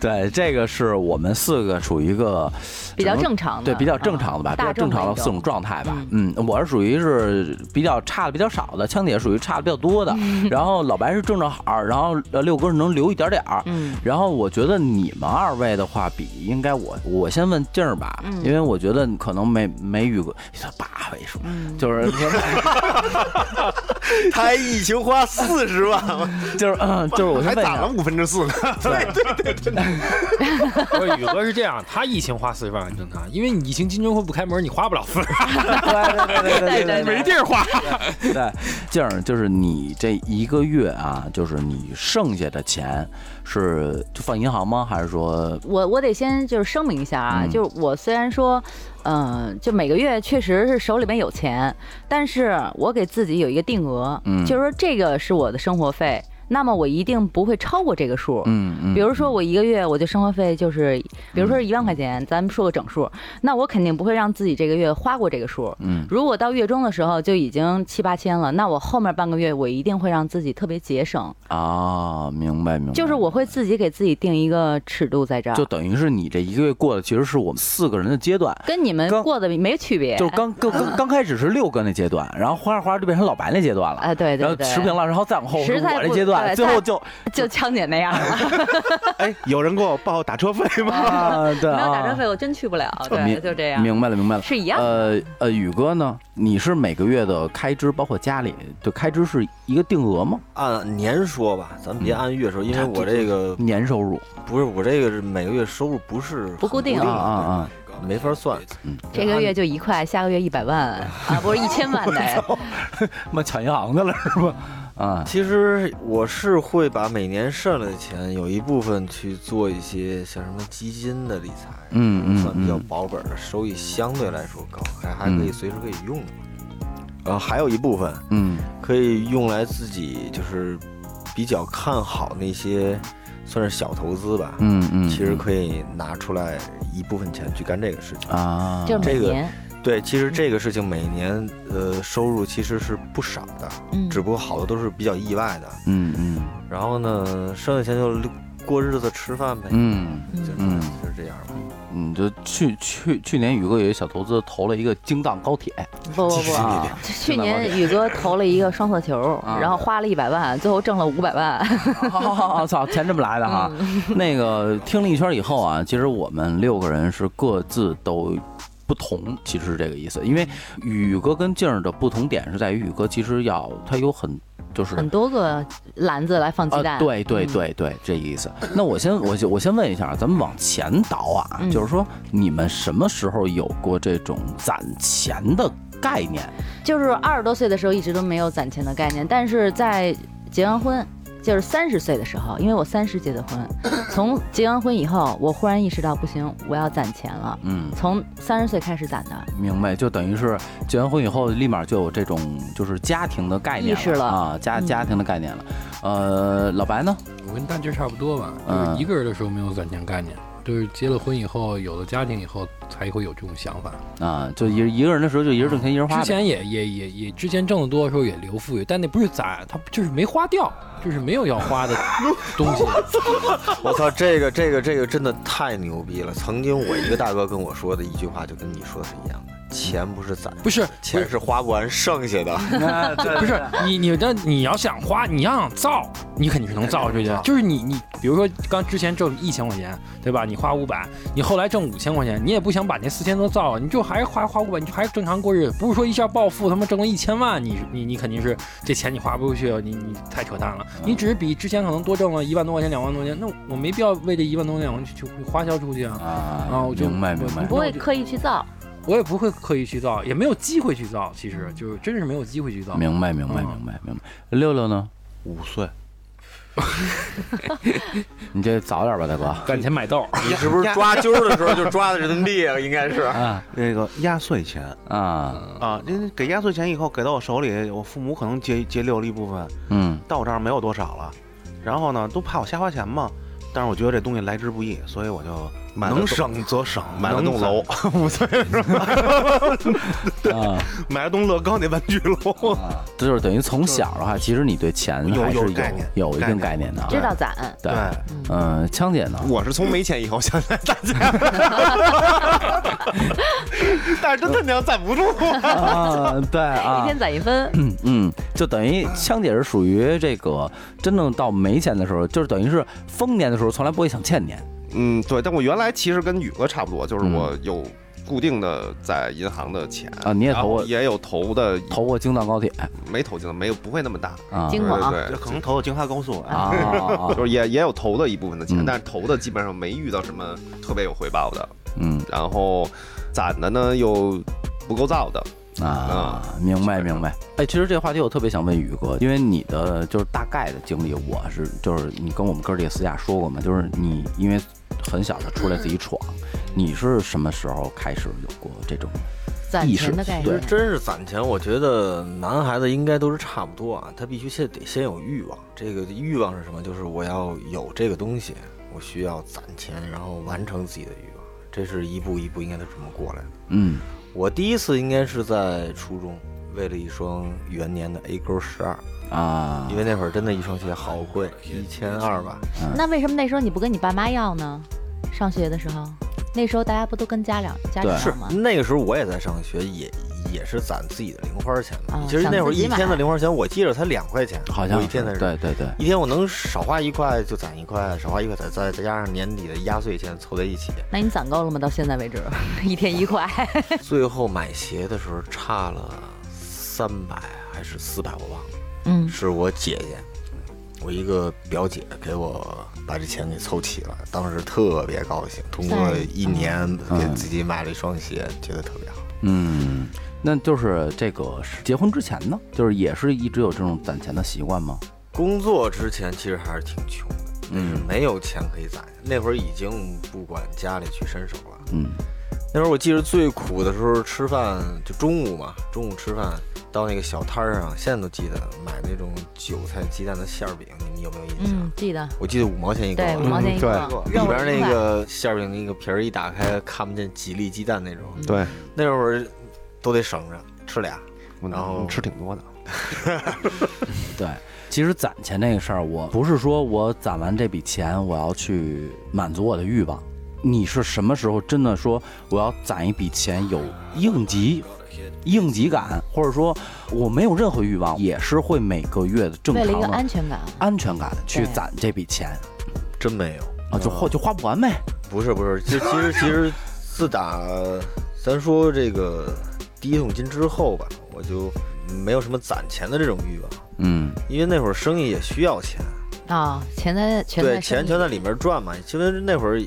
[SPEAKER 1] 对这个是我们四个处于一个
[SPEAKER 2] 比较正常的
[SPEAKER 1] 对比较正常的吧，
[SPEAKER 2] 啊
[SPEAKER 1] 比较正常的
[SPEAKER 2] 大众的一种
[SPEAKER 1] 四种状态吧。嗯，我是属于是比较差的比较少的，枪姐属于差的比较多的，然后老白是正正好儿，然后呃六哥是能留一点点儿。
[SPEAKER 2] 嗯，
[SPEAKER 1] 然后我觉得你们二位的话比应该我我先问静儿吧，因为我觉得可能没没遇过，他八位数，就是
[SPEAKER 4] 他还疫情花四十万，
[SPEAKER 1] 就是嗯就是我
[SPEAKER 6] 还
[SPEAKER 1] 先问一
[SPEAKER 6] 攒
[SPEAKER 1] 下
[SPEAKER 6] 了，五分之四呢。
[SPEAKER 3] 不是宇哥是这样，他疫情花四十万很正常，因为你疫情金钟会不开门，你花不了四十万，
[SPEAKER 1] 对对对对对
[SPEAKER 2] 对对对，
[SPEAKER 3] 没地儿花。
[SPEAKER 1] 对，静儿，就是你这一个月啊，就是你剩下的钱是就放银行吗？还是说，
[SPEAKER 7] 我我得先就是声明一下啊，
[SPEAKER 1] 嗯
[SPEAKER 7] 就是我虽然说，嗯、就每个月确实是手里面有钱，但是我给自己有一个定额，
[SPEAKER 1] 嗯
[SPEAKER 7] 就是说这个是我的生活费，那么我一定不会超过这个数。
[SPEAKER 1] 嗯嗯，
[SPEAKER 7] 比如说我一个月我就生活费就是，比如说一万块钱，咱们说个整数，那我肯定不会让自己这个月花过这个数。
[SPEAKER 1] 嗯
[SPEAKER 7] 如果到月中的时候就已经七八千了，那我后面半个月我一定会让自己特别节省，
[SPEAKER 1] 啊，明白明白，
[SPEAKER 7] 就是我会自己给自己定一个尺度在这儿。
[SPEAKER 1] 就等于是你这一个月过的其实是我们四个人的阶段。
[SPEAKER 7] 跟你们
[SPEAKER 1] 刚
[SPEAKER 7] 过得没区别。
[SPEAKER 1] 就是刚刚刚刚开始是六哥那阶段，然后花着花着就变成老白那阶段了，
[SPEAKER 7] 啊对对
[SPEAKER 1] 然后
[SPEAKER 7] 对
[SPEAKER 1] 持平了，然后再往后是
[SPEAKER 7] 实在
[SPEAKER 1] 我这
[SPEAKER 7] 不
[SPEAKER 1] 阶段，
[SPEAKER 7] 对
[SPEAKER 1] 最后
[SPEAKER 7] 再
[SPEAKER 1] 就
[SPEAKER 7] 就枪姐那样 了，
[SPEAKER 5] 哎，有人给我报打车费吗？
[SPEAKER 1] 啊，对
[SPEAKER 2] 没有
[SPEAKER 1] 啊，
[SPEAKER 2] 打车费我真去不了。
[SPEAKER 1] 明
[SPEAKER 2] 对，就这样。
[SPEAKER 1] 明白了，明白了，
[SPEAKER 2] 是一样
[SPEAKER 1] 呃呃，宇哥呢？你是每个月的开支，包括家里的开支，是一个定额吗？
[SPEAKER 4] 按年说吧，咱们别按月说，因为我这个
[SPEAKER 1] 年收入
[SPEAKER 4] 不是我这个是每个月收入不是很
[SPEAKER 2] 不固定
[SPEAKER 4] 的
[SPEAKER 1] 啊啊啊！
[SPEAKER 4] 没法算。
[SPEAKER 1] 呃
[SPEAKER 2] 这个月就一块，下个月一百 万啊，不是一千万得。
[SPEAKER 1] 妈抢银行去了是吧？啊，
[SPEAKER 4] 其实我是会把每年剩来的钱有一部分去做一些像什么基金的理财，
[SPEAKER 1] 嗯嗯
[SPEAKER 4] 算比较
[SPEAKER 1] 嗯
[SPEAKER 4] 保本儿的，收益相对来说高，还还可以随时可以用的。呃，还有一部分
[SPEAKER 1] 嗯
[SPEAKER 4] 可以用来自己就是比较看好那些算是小投资吧，
[SPEAKER 1] 嗯嗯，
[SPEAKER 4] 其实可以拿出来一部分钱去干这个事情。
[SPEAKER 1] 啊，
[SPEAKER 2] 就是每
[SPEAKER 4] 这个
[SPEAKER 2] 年，
[SPEAKER 4] 对，其实这个事情每年呃收入其实是不少的，
[SPEAKER 2] 嗯，
[SPEAKER 4] 只不过好多都是比较意外的。
[SPEAKER 1] 嗯嗯
[SPEAKER 4] 然后呢，剩下钱就过日子吃饭呗，
[SPEAKER 1] 嗯
[SPEAKER 4] 就是
[SPEAKER 1] 嗯
[SPEAKER 4] 就是这样吧。
[SPEAKER 1] 嗯，就去去去年宇哥有一小投资投了一个京藏高铁，
[SPEAKER 7] 不不
[SPEAKER 5] 继续
[SPEAKER 7] 不，
[SPEAKER 5] 你
[SPEAKER 2] 啊去年宇哥投了一个双色球，
[SPEAKER 1] 啊
[SPEAKER 2] 然后花了一百万，最后挣了五百万。
[SPEAKER 1] 我操，钱这么来的哈。那个听了一圈以后啊，其实我们六个人是各自都。不同，其实是这个意思。因为宇哥跟静儿的不同点是在于，宇哥其实要他有很就是
[SPEAKER 2] 很多个篮子来放鸡蛋，
[SPEAKER 1] 啊。对对
[SPEAKER 2] 嗯，
[SPEAKER 1] 对对，这意思。那我先我先我先问一下，啊咱们往前倒啊，
[SPEAKER 2] 嗯
[SPEAKER 1] 就是说你们什么时候有过这种攒钱的概念？
[SPEAKER 2] 就是二十多岁的时候一直都没有攒钱的概念，但是在结完婚，就是三十岁的时候，因为我三十结的婚，从结完婚以后，我忽然意识到不行，我要攒钱了，
[SPEAKER 1] 嗯，
[SPEAKER 2] 从三十岁开始攒的。
[SPEAKER 1] 明白，就等于是结完婚以后，立马就有这种就是家庭的概念
[SPEAKER 2] 意识了
[SPEAKER 1] 啊，家
[SPEAKER 2] 嗯
[SPEAKER 1] 家庭的概念了。呃，老白呢？
[SPEAKER 3] 我跟大致差不多吧，
[SPEAKER 1] 嗯
[SPEAKER 3] 就是一个人的时候没有攒钱概念，就是结了婚以后，有了家庭以后，才会有这种想法。
[SPEAKER 1] 啊，就一一个人的时候就一人挣钱一人花呗。
[SPEAKER 3] 之前也也也也之前挣得多的时候也留富裕，但那不是攒，他就是没花掉，就是没有要花的东 西。
[SPEAKER 4] 我操，这个这个这个真的太牛逼了！曾经我一个大哥跟我说的一句话，就跟你说的是一样的：钱不是攒，
[SPEAKER 3] 不是，不
[SPEAKER 4] 钱
[SPEAKER 3] 是，
[SPEAKER 4] 是花不完剩下的。
[SPEAKER 3] 不 是你你但你要想花，你要想造，你肯定是能造出去的。就是你你比如说刚之前挣一千块钱，对吧？你花五百，你后来挣五千块钱，你也不想把那四千多造了，你就还是花花五百，你就还是正常过日子，不是说一下暴富，他妈挣了一千万，你你你肯定是这钱你花不出去，你你太扯淡了。你只是比之前可能多挣了一万多块钱、两万多块钱，那我没必要为这一万多块钱我去去花销出去啊。啊
[SPEAKER 1] 啊，
[SPEAKER 2] 哦
[SPEAKER 3] 我就
[SPEAKER 1] 明白
[SPEAKER 3] 我
[SPEAKER 1] 明白
[SPEAKER 2] 不。会刻意去造，
[SPEAKER 3] 我也不会刻意去造，也没有机会去造，其实就是真是嗯没有机会去造。
[SPEAKER 1] 明白
[SPEAKER 2] 哦
[SPEAKER 1] 明白
[SPEAKER 3] 嗯
[SPEAKER 1] 明白明白，六六呢？
[SPEAKER 5] 五岁，
[SPEAKER 1] 你这早点吧，大哥。
[SPEAKER 3] 攒钱买豆，
[SPEAKER 4] 你是不是抓阄的时候就抓的人民币啊？应该是。
[SPEAKER 1] 啊
[SPEAKER 5] 那个压岁钱
[SPEAKER 1] 啊，
[SPEAKER 5] 啊，您给压岁钱以后给到我手里，我父母可能截截留了一部分，
[SPEAKER 1] 嗯
[SPEAKER 5] 到我这儿没有多少了，然后呢，都怕我瞎花钱嘛。但是我觉得这东西来之不易，所以我就
[SPEAKER 4] 买了栋
[SPEAKER 5] 能省则省，
[SPEAKER 4] 买了
[SPEAKER 5] 能
[SPEAKER 4] 栋楼，
[SPEAKER 5] 五岁是吧？
[SPEAKER 1] 啊。
[SPEAKER 5] 买了栋乐高那玩具 楼，
[SPEAKER 1] 这啊就是等于从小的话，其实你对钱
[SPEAKER 5] 有
[SPEAKER 1] 还是
[SPEAKER 5] 有
[SPEAKER 1] 有
[SPEAKER 5] 概念
[SPEAKER 1] 有一定概
[SPEAKER 5] 概
[SPEAKER 1] 念的啊，
[SPEAKER 2] 知道攒。
[SPEAKER 1] 对，嗯，枪姐呢？
[SPEAKER 6] 我是从没钱以后想来大家，但是真的娘攒不住。
[SPEAKER 1] 啊，对
[SPEAKER 2] 一
[SPEAKER 1] 啊
[SPEAKER 2] 天，攒一分，
[SPEAKER 1] 嗯嗯，就等于枪姐是属于这个真正到没钱的时候，就是等于是丰年的时候，从来不会想欠年。
[SPEAKER 6] 嗯，对，但我原来其实跟宇哥差不多，就是我有固定的在银行的钱
[SPEAKER 1] 啊你也投
[SPEAKER 6] 然后
[SPEAKER 1] 过
[SPEAKER 6] 也有投的，
[SPEAKER 1] 投过京藏高铁
[SPEAKER 6] 没投进来，没有不会那么大。
[SPEAKER 1] 啊
[SPEAKER 2] 京
[SPEAKER 6] 对
[SPEAKER 2] 广
[SPEAKER 6] 对
[SPEAKER 5] 这
[SPEAKER 6] 对，
[SPEAKER 5] 可能投到京哈高速
[SPEAKER 1] 啊啊，啊啊
[SPEAKER 6] 就是也也有投的一部分的钱，
[SPEAKER 1] 嗯
[SPEAKER 6] 但是投的基本上没遇到什么特别有回报的，
[SPEAKER 1] 嗯
[SPEAKER 6] 然后攒的呢又不够造的，
[SPEAKER 1] 啊，明白明白。哎，其实这个话题我特别想问宇哥，因为你的就是大概的经历，我是就是你跟我们哥儿姐私下说过嘛，就是你因为很小的出来自己闯，你是什么时候开始有过这种
[SPEAKER 2] 攒
[SPEAKER 1] 意识
[SPEAKER 2] 钱的概
[SPEAKER 4] 其实
[SPEAKER 2] 念。
[SPEAKER 4] 真是攒钱，我觉得男孩子应该都是差不多啊。他必须先得先有欲望，这个欲望是什么？就是我要有这个东西，我需要攒钱，然后完成自己的欲望。这是一步一步应该都是这么过来的。
[SPEAKER 1] 嗯
[SPEAKER 4] 我第一次应该是在初中，为了一双元年的 A 勾十二，
[SPEAKER 1] 啊
[SPEAKER 4] 因为那会儿真的一双鞋好贵，一千二吧。
[SPEAKER 2] 那为什么那时候你不跟你爸妈要呢？上学的时候，那时候大家不都跟家长家里
[SPEAKER 1] 对
[SPEAKER 2] 要吗？
[SPEAKER 4] 那个时候我也在上学，也也是攒自己的零花钱
[SPEAKER 2] 啊
[SPEAKER 4] 嘛。其实那会
[SPEAKER 2] 攒
[SPEAKER 4] 儿
[SPEAKER 2] 自己
[SPEAKER 4] 一
[SPEAKER 2] 买
[SPEAKER 4] 天的零花钱，我记着才两块钱，
[SPEAKER 1] 好像
[SPEAKER 4] 我
[SPEAKER 1] 是
[SPEAKER 4] 一天才是
[SPEAKER 1] 对对 对，
[SPEAKER 4] 一天我能少花一块就攒一块，少花一块再再再加上年底的压岁钱凑在一 起，
[SPEAKER 2] 那你攒够了吗？到现在为止， 一天一块，
[SPEAKER 4] 最后买鞋的时候差了三百还是四百，我忘了，
[SPEAKER 2] 嗯，
[SPEAKER 4] 是我姐姐，我一个表姐给我把这钱给凑齐了，当时特别高兴，通过
[SPEAKER 2] 对
[SPEAKER 4] 一年
[SPEAKER 1] 嗯
[SPEAKER 4] 给自己买了一双鞋，觉得特别好。
[SPEAKER 1] 嗯，那就是这个是结婚之前呢，就是也是一直有这种攒钱的习惯吗？
[SPEAKER 4] 工作之前其实还是挺穷的，但是
[SPEAKER 1] 嗯
[SPEAKER 4] 没有钱可以攒，那会儿已经不管家里去伸手了。
[SPEAKER 1] 嗯
[SPEAKER 4] 那会儿我记得最苦的时候，吃饭就中午嘛，中午吃饭，到那个小摊儿上，现在都记得买那种韭菜鸡蛋的馅儿饼，你们有没有印象？
[SPEAKER 2] 嗯，记得，
[SPEAKER 4] 我记得五毛钱一个吧，啊
[SPEAKER 2] 对，五毛钱一
[SPEAKER 6] 对
[SPEAKER 2] 个，
[SPEAKER 4] 里边那个馅儿饼那个皮儿一打开，看不见几粒鸡蛋那种。
[SPEAKER 2] 嗯
[SPEAKER 6] 对，
[SPEAKER 4] 那会儿都得省着吃俩，
[SPEAKER 6] 然后嗯吃挺多的，
[SPEAKER 1] 对，其实攒钱这个事儿，我不是说我攒完这笔钱，我要去满足我的欲望。你是什么时候真的说我要攒一笔钱有应急？应急感，或者说我没有任何欲望，也是会每个月的正
[SPEAKER 2] 为了一
[SPEAKER 1] 常
[SPEAKER 2] 个
[SPEAKER 1] 的
[SPEAKER 2] 安全感，
[SPEAKER 1] 安全感去
[SPEAKER 2] 对
[SPEAKER 1] 攒这笔钱
[SPEAKER 4] 真没有。
[SPEAKER 1] 啊，就花就花不完呗。
[SPEAKER 4] 不是不是，其实其实其实，自打咱说这个第一桶金之后吧，我就没有什么攒钱的这种欲望，
[SPEAKER 1] 嗯，
[SPEAKER 4] 因为那会儿生意也需要钱，
[SPEAKER 2] 啊，钱在钱
[SPEAKER 4] 对，
[SPEAKER 2] 在
[SPEAKER 4] 钱
[SPEAKER 2] 身
[SPEAKER 4] 全
[SPEAKER 2] 体
[SPEAKER 4] 在里面转嘛。其实那会儿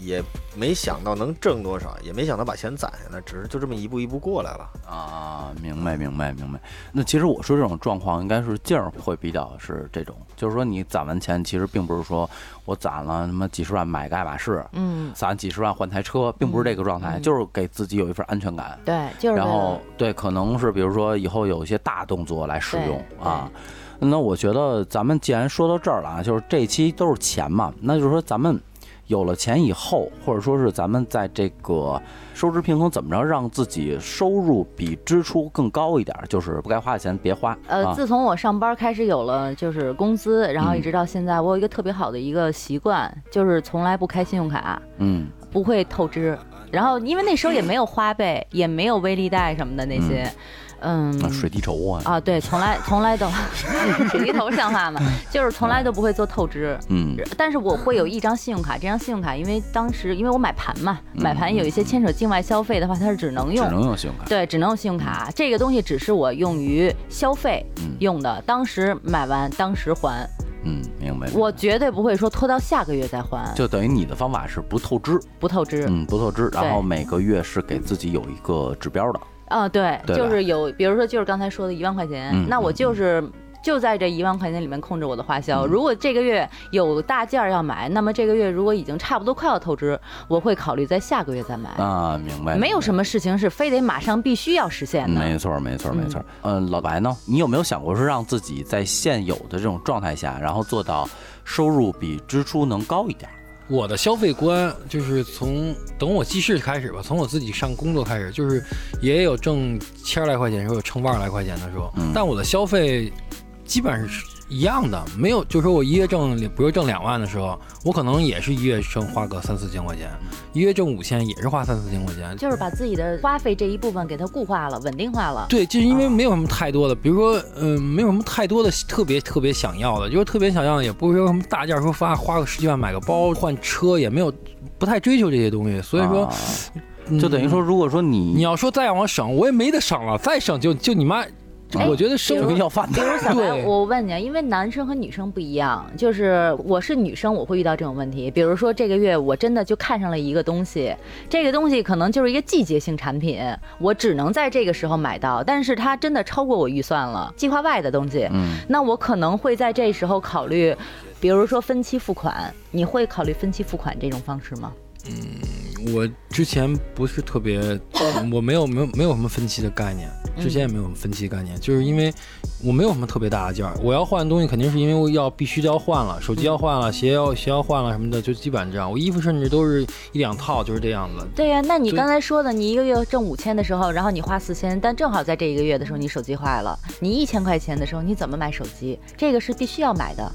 [SPEAKER 4] 也没想到能挣多少，也没想到把钱攒下来，只是就这么一步一步过来了。
[SPEAKER 1] 啊，明白明白明白。那其实我说这种状况，应该是劲儿会比较是这种，就是说你攒完钱，其实并不是说我攒了他妈几十万买个爱马仕，
[SPEAKER 2] 嗯，
[SPEAKER 1] 攒几十万换台车，并不是这个状态，就是给自己有一份安全感。
[SPEAKER 2] 对，就是
[SPEAKER 1] 然
[SPEAKER 2] 为了
[SPEAKER 1] 后对，可能是比如说以后有一些大动作来使用
[SPEAKER 2] 对
[SPEAKER 1] 啊。那我觉得咱们既然说到这儿了啊，就是这期都是钱嘛，那就是说咱们有了钱以后，或者说是咱们在这个收支平衡怎么着让自己收入比支出更高一点儿，就是不该花的钱别花。
[SPEAKER 2] 呃，
[SPEAKER 1] 啊、
[SPEAKER 2] 自从我上班开始有了就是工资，然后
[SPEAKER 1] 嗯
[SPEAKER 2] 一直到现在，我有一个特别好的一个习惯，就是从来不开信用卡，
[SPEAKER 1] 嗯
[SPEAKER 2] 不会透支。然后因为那时候也没有花呗，也没有微粒贷什么的那些，嗯。
[SPEAKER 1] 啊，水滴筹啊，
[SPEAKER 2] 啊，对，从来从 来都，水滴头像话吗？就是从来都不会做透支，
[SPEAKER 1] 嗯
[SPEAKER 2] 但是我会有一张信用卡，这张信用卡因为当时因为我买盘嘛，买盘有一些牵扯境外消费的话，它是只能
[SPEAKER 1] 嗯只
[SPEAKER 2] 用
[SPEAKER 1] 能用信用卡。
[SPEAKER 2] 对，只能用信用卡。这个东西只是我用于消费
[SPEAKER 1] 嗯
[SPEAKER 2] 用的，当时买完当时还，
[SPEAKER 1] 嗯，明白。明白
[SPEAKER 2] 我绝对不会说拖到下个月再还，
[SPEAKER 1] 就等于你的方法是不透支，
[SPEAKER 2] 不透支。
[SPEAKER 1] 嗯，不透支，然后
[SPEAKER 2] 对
[SPEAKER 1] 每个月是给自己有一个指标的。
[SPEAKER 2] 啊，对，
[SPEAKER 1] 对
[SPEAKER 2] 就
[SPEAKER 1] 吧
[SPEAKER 2] 是有，比如说就是刚才说的一万块钱，
[SPEAKER 1] 嗯
[SPEAKER 2] 那我
[SPEAKER 1] 嗯
[SPEAKER 2] 就是。就在这一万块钱里面控制我的花销。如果这个月有大件儿要买，那么这个月如果已经差不多快要透支，我会考虑在下个月再买。
[SPEAKER 1] 啊，明白。
[SPEAKER 2] 没有什么事情是非得马上必须要实现的。
[SPEAKER 1] 没错，没错，没错。嗯，老白呢？你有没有想过是让自己在现有的这种状态下，然后做到收入比支出能高一点？
[SPEAKER 3] 我的消费观就是从等我记事开始吧，从我自己上工作开始，就是也有挣千来块钱的时候，有挣万来块钱的时候，
[SPEAKER 1] 嗯
[SPEAKER 3] 但我的消费基本上是一样的，没有就是说我一月挣，比如挣两万的时候，我可能也是一月挣花个三四千块钱，一月挣五千也是花三四千块钱，
[SPEAKER 2] 就是把自己的花费这一部分给它固化了、稳定化了。
[SPEAKER 3] 对，就是因
[SPEAKER 1] 啊
[SPEAKER 3] 为没有什么太多的，比如说，嗯、没有什么太多的特别特别想要的，就是特别想要的，也不是说什么大件儿说花花个十几万买个包换车，也没有不太追求这些东西，所以说，
[SPEAKER 1] 啊
[SPEAKER 3] 嗯
[SPEAKER 1] 就等于说，如果说
[SPEAKER 3] 你
[SPEAKER 1] 你
[SPEAKER 3] 要说再让我省，我也没得省了，再省就就你妈，
[SPEAKER 2] 哎
[SPEAKER 3] 我觉得生
[SPEAKER 1] 就
[SPEAKER 3] 活
[SPEAKER 1] 跟要饭
[SPEAKER 2] 比
[SPEAKER 1] 的，
[SPEAKER 2] 如小白，
[SPEAKER 3] 对
[SPEAKER 2] 我问你啊，因为男生和女生不一样，就是我是女生，我会遇到这种问题。比如说这个月我真的就看上了一个东西，这个东西可能就是一个季节性产品，我只能在这个时候买到，但是它真的超过我预算了，计划外的东西，
[SPEAKER 1] 嗯
[SPEAKER 2] 那我可能会在这时候考虑，比如说分期付款，你会考虑分期付款这种方式吗？
[SPEAKER 3] 我之前不是特别，我没有没有没有什么分期的概念，之前也没有什么分期概念，就是因为我没有什么特别大的件儿，我要换的东西肯定是因为我要必须要换了，手机要换了，鞋要鞋要换了什么的，就基本上这样。我衣服甚至都是一两套，就是这样子。
[SPEAKER 2] 对呀、那你
[SPEAKER 3] 对
[SPEAKER 2] 刚才说的，你一个月挣五千的时候，然后你花四千，但正好在这一个月的时候你手机坏了，你一千块钱的时候你怎么买手机？这个是必须要买的。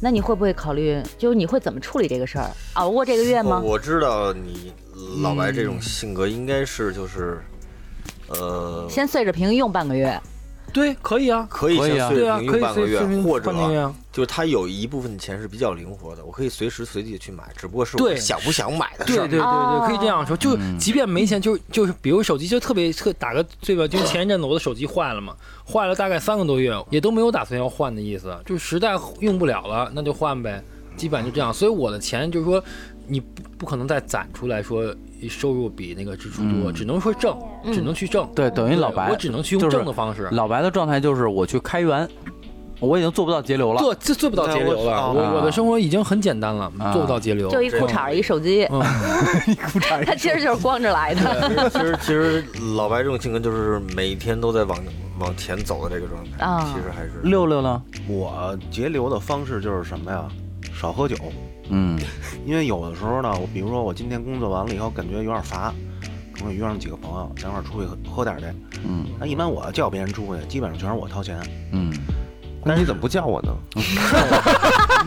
[SPEAKER 2] 那你会不会考虑，就是你会怎么处理这个事儿？熬过这个月吗？
[SPEAKER 4] 我我知道你老白这种性格应该是就是，呃，
[SPEAKER 2] 先碎着屏用半个月，
[SPEAKER 3] 对，可以啊，
[SPEAKER 4] 可以
[SPEAKER 1] 可以
[SPEAKER 4] 先
[SPEAKER 1] 啊
[SPEAKER 4] 碎
[SPEAKER 3] 对啊，可
[SPEAKER 4] 着用
[SPEAKER 3] 以
[SPEAKER 4] 半个月，
[SPEAKER 3] 随
[SPEAKER 4] 或者
[SPEAKER 3] 半个月啊。
[SPEAKER 4] 就是他有一部分钱是比较灵活的，我可以随时随地去买，只不过是我
[SPEAKER 3] 对
[SPEAKER 4] 想不想买的
[SPEAKER 3] 对
[SPEAKER 4] 事
[SPEAKER 3] 对
[SPEAKER 4] 儿。
[SPEAKER 3] 对
[SPEAKER 2] 哦
[SPEAKER 3] 对，可以这样说，就
[SPEAKER 1] 嗯
[SPEAKER 3] 即便没钱，就就是比如手机就特别特打个最吧，就前一阵子我的手机坏了嘛，坏了大概三个多月，也都没有打算要换的意思，就实在用不了了，那就换呗，基本上就这样。所以我的钱就是说，你不不可能再攒出来说收入比那个支出多，
[SPEAKER 1] 嗯
[SPEAKER 3] 只能说挣，只能去挣。
[SPEAKER 1] 对，等于老
[SPEAKER 3] 我
[SPEAKER 1] 白
[SPEAKER 3] 只能去用
[SPEAKER 1] 就是
[SPEAKER 3] 挣的方式。
[SPEAKER 1] 老白的状态就是我去开源，我已经做不到节流了。
[SPEAKER 3] 做这做不到节流
[SPEAKER 5] 那
[SPEAKER 3] 了，
[SPEAKER 5] 我
[SPEAKER 3] 我我的
[SPEAKER 1] 啊
[SPEAKER 3] 生活已经很简单了
[SPEAKER 1] 啊，
[SPEAKER 3] 做不到节流。
[SPEAKER 2] 就一裤衩儿一手机，他其实就是光着来的。
[SPEAKER 4] 其实其实老白这种性格就是每天都在往往前走的这个状态，
[SPEAKER 2] 啊
[SPEAKER 4] 其实还是
[SPEAKER 1] 六六呢？
[SPEAKER 5] 我节流的方式就是什么呀？少喝酒，
[SPEAKER 1] 嗯，
[SPEAKER 5] 因为有的时候呢，我比如说我今天工作完了以后感觉有点乏，可能约上几个朋友，咱一块儿出去喝喝点儿去。
[SPEAKER 1] 嗯
[SPEAKER 5] 那一般我叫别人出去，基本上全是我掏钱。
[SPEAKER 1] 嗯，
[SPEAKER 6] 那你怎么不叫 我呢？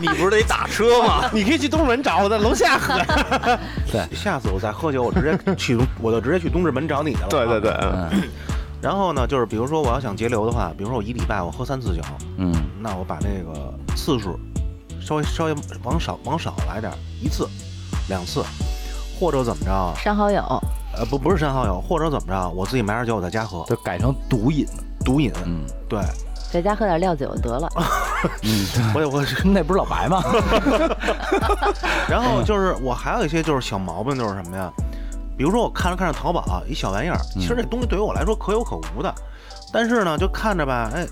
[SPEAKER 4] 你不是得打车吗？
[SPEAKER 6] 你可以去东直门找我，在楼下喝。
[SPEAKER 5] 下次我再喝酒，我直接去， 我就直接去东直门找你去了。
[SPEAKER 6] 对对。对，嗯
[SPEAKER 1] 嗯
[SPEAKER 5] 然后呢，就是比如说我要想节流的话，比如说我一礼拜我喝三次酒，
[SPEAKER 1] 嗯
[SPEAKER 5] 那我把这个次数稍微稍微往少往少来点儿，一次、两次，或者怎么着啊？
[SPEAKER 2] 删好友，
[SPEAKER 5] 呃，不不是删好友，或者怎么着啊？我自己买点酒我在家喝，
[SPEAKER 1] 就改成毒瘾。
[SPEAKER 5] 毒瘾。
[SPEAKER 1] 嗯
[SPEAKER 5] 对，
[SPEAKER 2] 在家喝点料酒得了。
[SPEAKER 1] 嗯，
[SPEAKER 5] 我也我是。
[SPEAKER 1] 那不是老白 吗？
[SPEAKER 5] 然后就是我还有一些就是小毛病，就是什么呀？比如说我看着看着淘宝啊一小玩意儿，
[SPEAKER 1] 嗯
[SPEAKER 5] 其实这东西对于我来说可有可无的，但是呢，就看着吧，哎，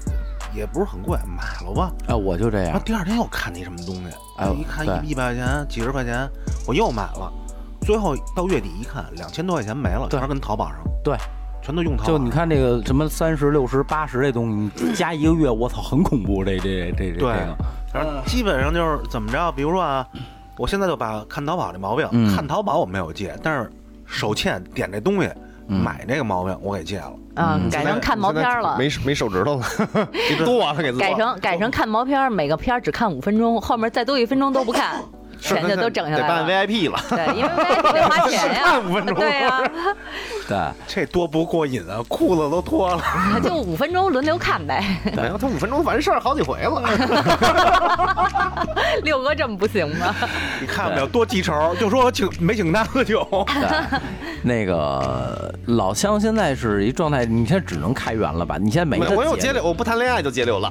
[SPEAKER 5] 也不是很贵，买了吧。
[SPEAKER 1] 哎，我就这
[SPEAKER 5] 然
[SPEAKER 1] 样
[SPEAKER 5] 后。第二天又看那什么东西，
[SPEAKER 1] 哎
[SPEAKER 5] 我一看
[SPEAKER 1] 对
[SPEAKER 5] 一一百块钱、几十块钱，我又买了。最后到月底一看，两千多块钱没了，
[SPEAKER 1] 对
[SPEAKER 5] 全是跟淘宝上，
[SPEAKER 1] 对，
[SPEAKER 5] 全都用淘宝。
[SPEAKER 1] 就你，看这个什么三十六十八十这东西，你加一个月，我操，很恐怖。这这这这这
[SPEAKER 5] 对
[SPEAKER 1] 个，
[SPEAKER 5] 然后基本上就是怎么着，比如说啊，我现在就把看淘宝这毛病，
[SPEAKER 1] 嗯
[SPEAKER 5] 看淘宝我没有戒，但是手欠点这东西、
[SPEAKER 1] 嗯
[SPEAKER 5] 买这个毛病我给戒了。
[SPEAKER 2] 啊
[SPEAKER 1] 嗯，
[SPEAKER 2] 改成看毛片儿了。
[SPEAKER 6] 没手没手指头了，剁了给自己
[SPEAKER 2] 改成改成看毛片儿，每个片儿只看五分钟，后面再多一分钟都不看，钱就都整下
[SPEAKER 6] 得
[SPEAKER 2] 来
[SPEAKER 6] 办
[SPEAKER 2] 了。
[SPEAKER 6] VIP 了。
[SPEAKER 2] 对，因为 VIP 得花钱 呀，
[SPEAKER 6] 看五分钟
[SPEAKER 2] 对啊呀、
[SPEAKER 1] 对，
[SPEAKER 5] 这多不过瘾啊！裤子都脱了，
[SPEAKER 2] 就五分钟轮流看呗。
[SPEAKER 6] 没哎有，他五分钟完事儿好几回了。
[SPEAKER 2] 六哥这么不行吗？
[SPEAKER 5] 你看不了，多记仇，就说我请没请他喝酒。
[SPEAKER 1] 那个老乡现在是一状态，你现在只能开源了吧？你现在没
[SPEAKER 6] 没
[SPEAKER 1] 得
[SPEAKER 6] 我有
[SPEAKER 1] 节
[SPEAKER 6] 节流，我不谈恋爱就节流了。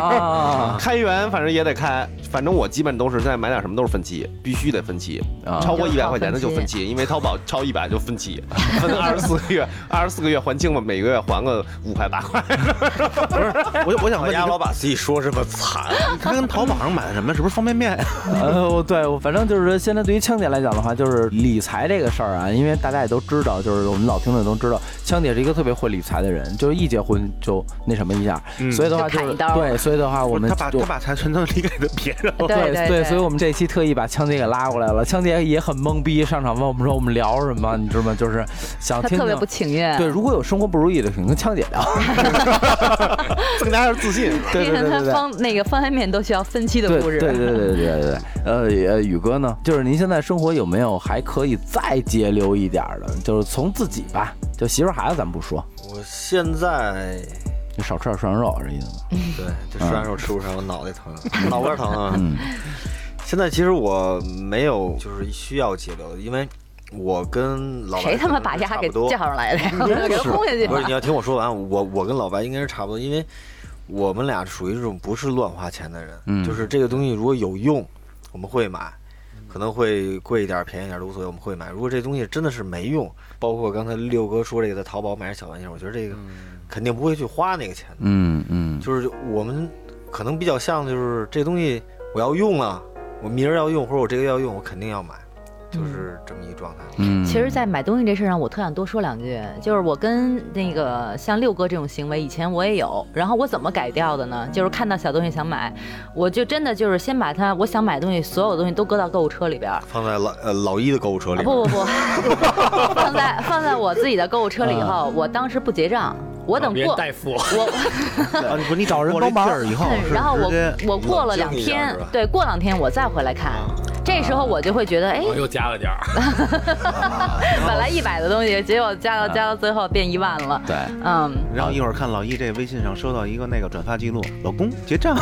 [SPEAKER 1] 啊
[SPEAKER 6] 开源反正也得开，反正我基本都是在买点什么都是分期，必须得分期，
[SPEAKER 1] 啊
[SPEAKER 6] 超过
[SPEAKER 2] 就
[SPEAKER 6] 一
[SPEAKER 2] 是
[SPEAKER 6] 百
[SPEAKER 2] 靠
[SPEAKER 6] 块钱的
[SPEAKER 2] 分
[SPEAKER 6] 就分期，因为淘宝超一百就分期，分二十四个 月，二十四个月还清吧，每个月还个五块八块。
[SPEAKER 5] 我我想
[SPEAKER 4] 我
[SPEAKER 5] 问你
[SPEAKER 4] 家，老把自己说这么惨，
[SPEAKER 5] 他跟淘宝上买的什么？是不是方便面？
[SPEAKER 1] 呃，我对我反正就是说现在对于枪姐来讲的话，就是理财这个事儿啊，因为大家也都知道，就是我们老听的都知道，枪姐是一个特别会理财的人，就是一结婚就那什么一下，所以的话
[SPEAKER 2] 就
[SPEAKER 1] 就
[SPEAKER 2] 砍
[SPEAKER 1] 是
[SPEAKER 2] 一刀
[SPEAKER 1] 对，所以的话我们
[SPEAKER 5] 他把
[SPEAKER 1] 就
[SPEAKER 5] 他把财全都理给了别人了。
[SPEAKER 2] 对 对
[SPEAKER 1] 哦对，所以我们这期特意把枪姐给拉过来了，枪姐也很懵逼，上场问我们说我们聊什么，你知道吗？就是想
[SPEAKER 2] 他
[SPEAKER 1] 听
[SPEAKER 2] 特别
[SPEAKER 1] 听
[SPEAKER 2] 不。情愿。
[SPEAKER 1] 对，如果有生活不如意的，请跟枪姐聊。
[SPEAKER 6] 增加点自信。
[SPEAKER 1] 对对
[SPEAKER 2] 毕竟
[SPEAKER 1] 对
[SPEAKER 2] 他
[SPEAKER 1] 对对。
[SPEAKER 2] 方那个方便面都需要分期的
[SPEAKER 1] 对
[SPEAKER 2] 故事。
[SPEAKER 1] 对对对对对对，呃也宇哥呢，就是您现在生活有没有还可以再节流一点儿的？就是从自己吧，就媳妇儿孩子咱不说，
[SPEAKER 4] 我现在
[SPEAKER 1] 就少吃点涮羊肉是这意思吗？
[SPEAKER 4] 对这涮肉吃不上，我脑袋疼，脑瓜疼啊。 现在其实我没有就是需要节流的，因为我跟老白
[SPEAKER 2] 谁他妈把
[SPEAKER 4] 可能是
[SPEAKER 2] 丫
[SPEAKER 4] 差
[SPEAKER 2] 给
[SPEAKER 4] 不多
[SPEAKER 2] 叫上 来的呀？给他轰下去
[SPEAKER 4] 不是，你
[SPEAKER 2] 吧！
[SPEAKER 4] 要听我说完，我我跟老白应该是差不多，因为我们俩属于这种不是乱花钱的人，
[SPEAKER 1] 嗯
[SPEAKER 4] 就是这个东西如果有用，我们会买，可能会贵一点、便宜一点都无所谓，我们会买。如果这东西真的是没用，包括刚才六哥说这个在淘宝买小玩意儿，我觉得这个肯定不会去花那个钱的。
[SPEAKER 1] 嗯嗯
[SPEAKER 4] 就是我们可能比较像，就是这东西我要用了，我明儿要用，或者我这个要用，我肯定要买，就是这么一状态。
[SPEAKER 1] 嗯
[SPEAKER 2] 其实，在买东西这事儿上，我特想多说两句。就是我跟那个像六哥这种行为，以前我也有。然后我怎么改掉的呢？就是看到小东西想买，我就真的就是先把它我想买的东西，所有东西都搁到购物车里边儿。
[SPEAKER 4] 放在老呃老一的购物车里
[SPEAKER 2] 啊
[SPEAKER 4] 边，
[SPEAKER 2] 不不不，放在放在我自己的购物车里以后，我当时不结账，我等
[SPEAKER 3] 别人
[SPEAKER 2] 过
[SPEAKER 3] 代付，
[SPEAKER 2] 我。
[SPEAKER 5] 啊，你不你找人
[SPEAKER 1] 帮忙
[SPEAKER 5] 劲儿以后哦是
[SPEAKER 2] 嗯然后
[SPEAKER 5] 直接
[SPEAKER 2] 我我过了两
[SPEAKER 4] 冷静一下
[SPEAKER 2] 天
[SPEAKER 4] 是吧，
[SPEAKER 2] 对，过两天我再回来看，这时候我就会觉得，哎，
[SPEAKER 3] 我又加了点儿。
[SPEAKER 2] 本来一百的东西，结果加到加到最后变一万了。
[SPEAKER 1] 对，
[SPEAKER 2] 嗯，
[SPEAKER 5] 然后一会儿看老易这微信上收到一个那个转发记录，老公结账。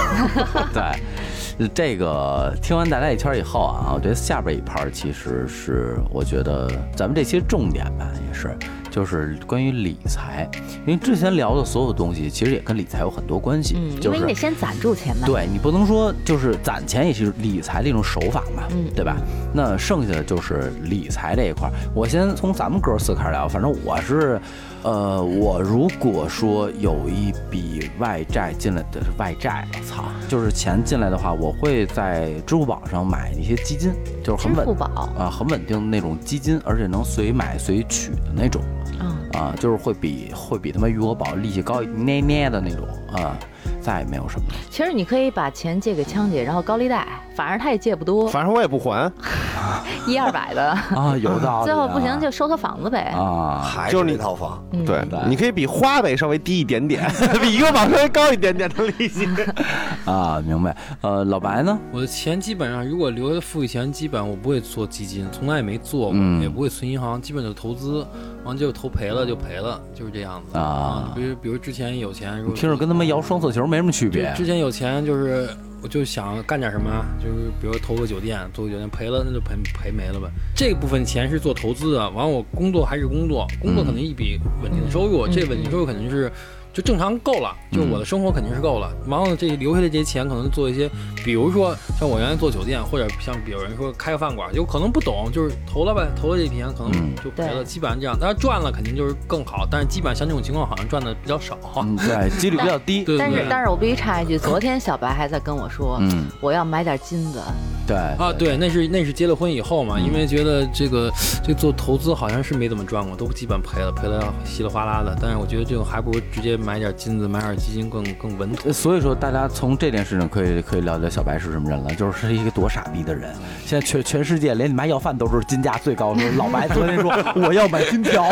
[SPEAKER 1] 对，这个听完大家一圈儿以后啊，我觉得下边一盘儿其实是我觉得咱们这期重点吧，也是就是关于理财，因为之前聊的所有东西其实也跟理财有很多关系，
[SPEAKER 2] 嗯，因
[SPEAKER 1] 就
[SPEAKER 2] 为
[SPEAKER 1] 是
[SPEAKER 2] 你得先攒住钱嘛。
[SPEAKER 1] 对你不能说就是攒钱也是理财的一种手法嘛，
[SPEAKER 2] 嗯
[SPEAKER 1] 对吧？那剩下的就是理财这一块儿。我先从咱们哥四开始聊，反正我是呃，我如果说有一笔外债进来的是外债，操，就是钱进来的话，我会在支付宝上买一些基金，就是
[SPEAKER 2] 支
[SPEAKER 1] 很稳
[SPEAKER 2] 付宝，
[SPEAKER 1] 啊、很稳定的那种基金，而且能随买随取的那种。
[SPEAKER 2] 嗯，
[SPEAKER 1] 啊，就是会比会比他妈余额宝利息高一捏捏的那种啊，再也没有什么了。
[SPEAKER 2] 其实你可以把钱借给枪姐，然后高利贷，反正他也借不多，
[SPEAKER 6] 反正我也不还，
[SPEAKER 2] 一二百的，
[SPEAKER 1] 啊，有道理、啊。
[SPEAKER 2] 最后不行就收他房子呗。
[SPEAKER 1] 啊，
[SPEAKER 4] 还
[SPEAKER 6] 就是
[SPEAKER 4] 那
[SPEAKER 6] 你
[SPEAKER 4] 套房，
[SPEAKER 2] 嗯
[SPEAKER 6] 对，你可以比花呗稍微低一点 点，比余额宝稍微高一点点的利息。
[SPEAKER 1] 啊，明白。呃，老白呢？
[SPEAKER 3] 我的钱基本上，如果留的富裕钱，基本上我不会做基金，从来也没做过，
[SPEAKER 1] 嗯
[SPEAKER 3] 也不会存银行，基本就投资，完就投赔了就赔了，就是这样子
[SPEAKER 1] 啊
[SPEAKER 3] 比如比如之前有钱，如
[SPEAKER 1] 你
[SPEAKER 3] 果
[SPEAKER 1] 听着跟他们摇双色球没什么区
[SPEAKER 3] 就
[SPEAKER 1] 别
[SPEAKER 3] 之前有钱就是我就想干点什么，啊就是比如投个酒店，做个酒店赔了那就赔赔没了呗。这部分钱是做投资的，完我工作还是工作，工作
[SPEAKER 1] 嗯
[SPEAKER 3] 可能一笔稳定的收入，这稳定收入肯定是。就正常够了，就
[SPEAKER 1] 嗯
[SPEAKER 3] 我的生活肯定是够了。然后这留下的这些钱，可能做一些，比如说像我原来做酒店，或者像有人说开个饭馆，有可能不懂，就是投了呗，投了这笔钱可
[SPEAKER 1] 嗯
[SPEAKER 3] 能就赔了，
[SPEAKER 2] 对
[SPEAKER 3] 基本上这样。当然赚了肯定就是更好，但是基本上像这种情况好像赚的比较少。
[SPEAKER 1] 嗯，对，几率比较低。
[SPEAKER 3] 对对
[SPEAKER 2] 但
[SPEAKER 3] 对
[SPEAKER 2] 是但是我必须插一句，昨天小白还在跟我说，
[SPEAKER 1] 嗯，
[SPEAKER 2] 我要买点金子，
[SPEAKER 1] 对
[SPEAKER 3] 啊，，对，那是那是结了婚以后嘛，因为觉得这个这做投资好像是没怎么赚过，都基本赔了，赔了稀里哗啦的。但是我觉得这种还不如直接买点金子，买点基金更更稳妥。
[SPEAKER 1] 呃所以说，大家从这件事情可以可以了解小白是什么人了，就是是一个多傻逼的人。现在全全世界连你妈要饭都是金价最高，说老白昨天说我要买金条，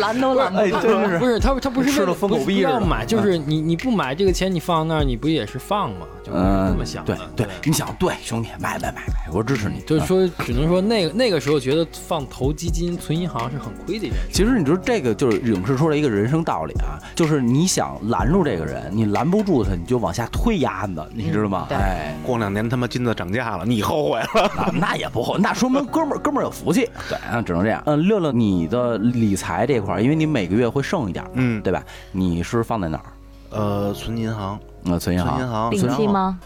[SPEAKER 2] 拦都拦不
[SPEAKER 1] 哎，
[SPEAKER 2] 住。
[SPEAKER 1] 真是
[SPEAKER 3] 不是他他不是
[SPEAKER 1] 吃
[SPEAKER 3] 为
[SPEAKER 1] 了
[SPEAKER 3] 了
[SPEAKER 1] 疯
[SPEAKER 3] 不
[SPEAKER 1] 狗
[SPEAKER 3] 是
[SPEAKER 1] 逼
[SPEAKER 3] 不
[SPEAKER 1] 似
[SPEAKER 3] 要
[SPEAKER 1] 的
[SPEAKER 3] 买，就是你你不买这个钱，你放那儿，你不也是放吗？就是这么想的啊
[SPEAKER 1] 呃对。嗯对，嗯你想对兄弟买买买买，我支持你。
[SPEAKER 3] 就是说，只能说那个那个时候觉得放投基金、存银行是很亏的一件事。
[SPEAKER 1] 其实你说这个就是影视出来一个人生道理啊，就是你想拦住这个人，你拦不住他，你就往下推鸭子，你知道吗？
[SPEAKER 2] 嗯对
[SPEAKER 1] 哎，
[SPEAKER 5] 过两年他妈金子涨价了，你后悔了？
[SPEAKER 1] 那那也不好，那说明哥们 儿哥们儿有福气。对啊，只能这样。嗯，六六，你的理财这块儿，因为你每个月会剩一点儿，
[SPEAKER 5] 嗯
[SPEAKER 1] 对吧？你是放在哪儿？
[SPEAKER 5] 呃，存银行，
[SPEAKER 1] 嗯，存银
[SPEAKER 5] 存
[SPEAKER 1] 行，
[SPEAKER 5] 银行，
[SPEAKER 2] 定
[SPEAKER 6] 啊
[SPEAKER 2] 期吗？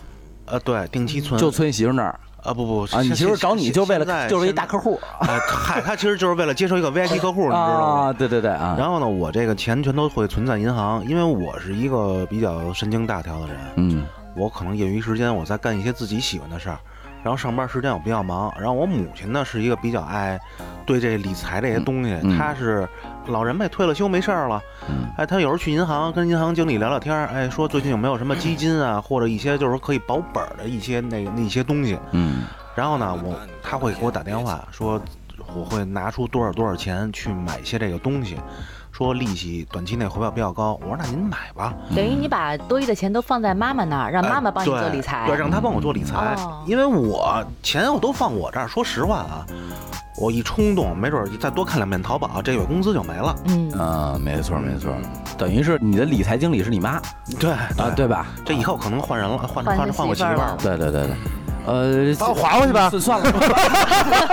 [SPEAKER 5] 呃，对，定期存
[SPEAKER 1] 就存你媳妇儿那儿
[SPEAKER 5] 啊，不不
[SPEAKER 1] 啊。你媳妇儿找你就为了就是一大
[SPEAKER 5] 户。
[SPEAKER 1] 客户
[SPEAKER 5] 啊，嗨，他其实就是为了接受一个 VIP 客户，你知道吗？
[SPEAKER 1] 啊，对对对啊，
[SPEAKER 5] 然后呢，我这个钱全都会存在银行，因为我是一个比较神经大条的人，
[SPEAKER 1] 嗯
[SPEAKER 5] 我可能业余时间我在干一些自己喜欢的事儿，然后上班时间我比较忙，然后我母亲呢是一个比较爱对这理财这些东西，
[SPEAKER 1] 嗯嗯
[SPEAKER 5] 她是老人呗，退了休没事儿了，
[SPEAKER 1] 嗯
[SPEAKER 5] 哎，她有时候去银行跟银行经理聊聊天儿，哎，说最近有没有什么基金啊，或者一些就是说可以保本儿的一些那那些东西，
[SPEAKER 1] 嗯
[SPEAKER 5] 然后呢，我他会给我打电话说，我会拿出多少多少钱去买一些这个东西，说利息短期内回报比较高。我说那您买吧，
[SPEAKER 6] 嗯
[SPEAKER 2] 等于你把多余的钱都放在妈妈那儿，让妈
[SPEAKER 6] 哎
[SPEAKER 2] 妈帮你做
[SPEAKER 5] 哎对
[SPEAKER 2] 理财
[SPEAKER 5] 对，。让他帮我做理财
[SPEAKER 2] 哦，
[SPEAKER 5] 因为我钱我都放我这儿。说实话啊，我一冲动，没准儿再多看两遍淘宝，这月工资就没了。
[SPEAKER 2] 嗯，
[SPEAKER 1] 啊，没错没错，等于是你的理财经理是你妈
[SPEAKER 5] 对
[SPEAKER 1] 啊，，对吧？
[SPEAKER 5] 这以后可能换人了，换
[SPEAKER 2] 换
[SPEAKER 5] 换
[SPEAKER 2] 个
[SPEAKER 5] 换我
[SPEAKER 2] 媳
[SPEAKER 5] 媳
[SPEAKER 2] 妇
[SPEAKER 5] 妇
[SPEAKER 2] 儿
[SPEAKER 5] 儿
[SPEAKER 2] 了
[SPEAKER 5] 了。
[SPEAKER 1] 对对对对，呃，
[SPEAKER 6] 把我划过去吧
[SPEAKER 1] 算算了。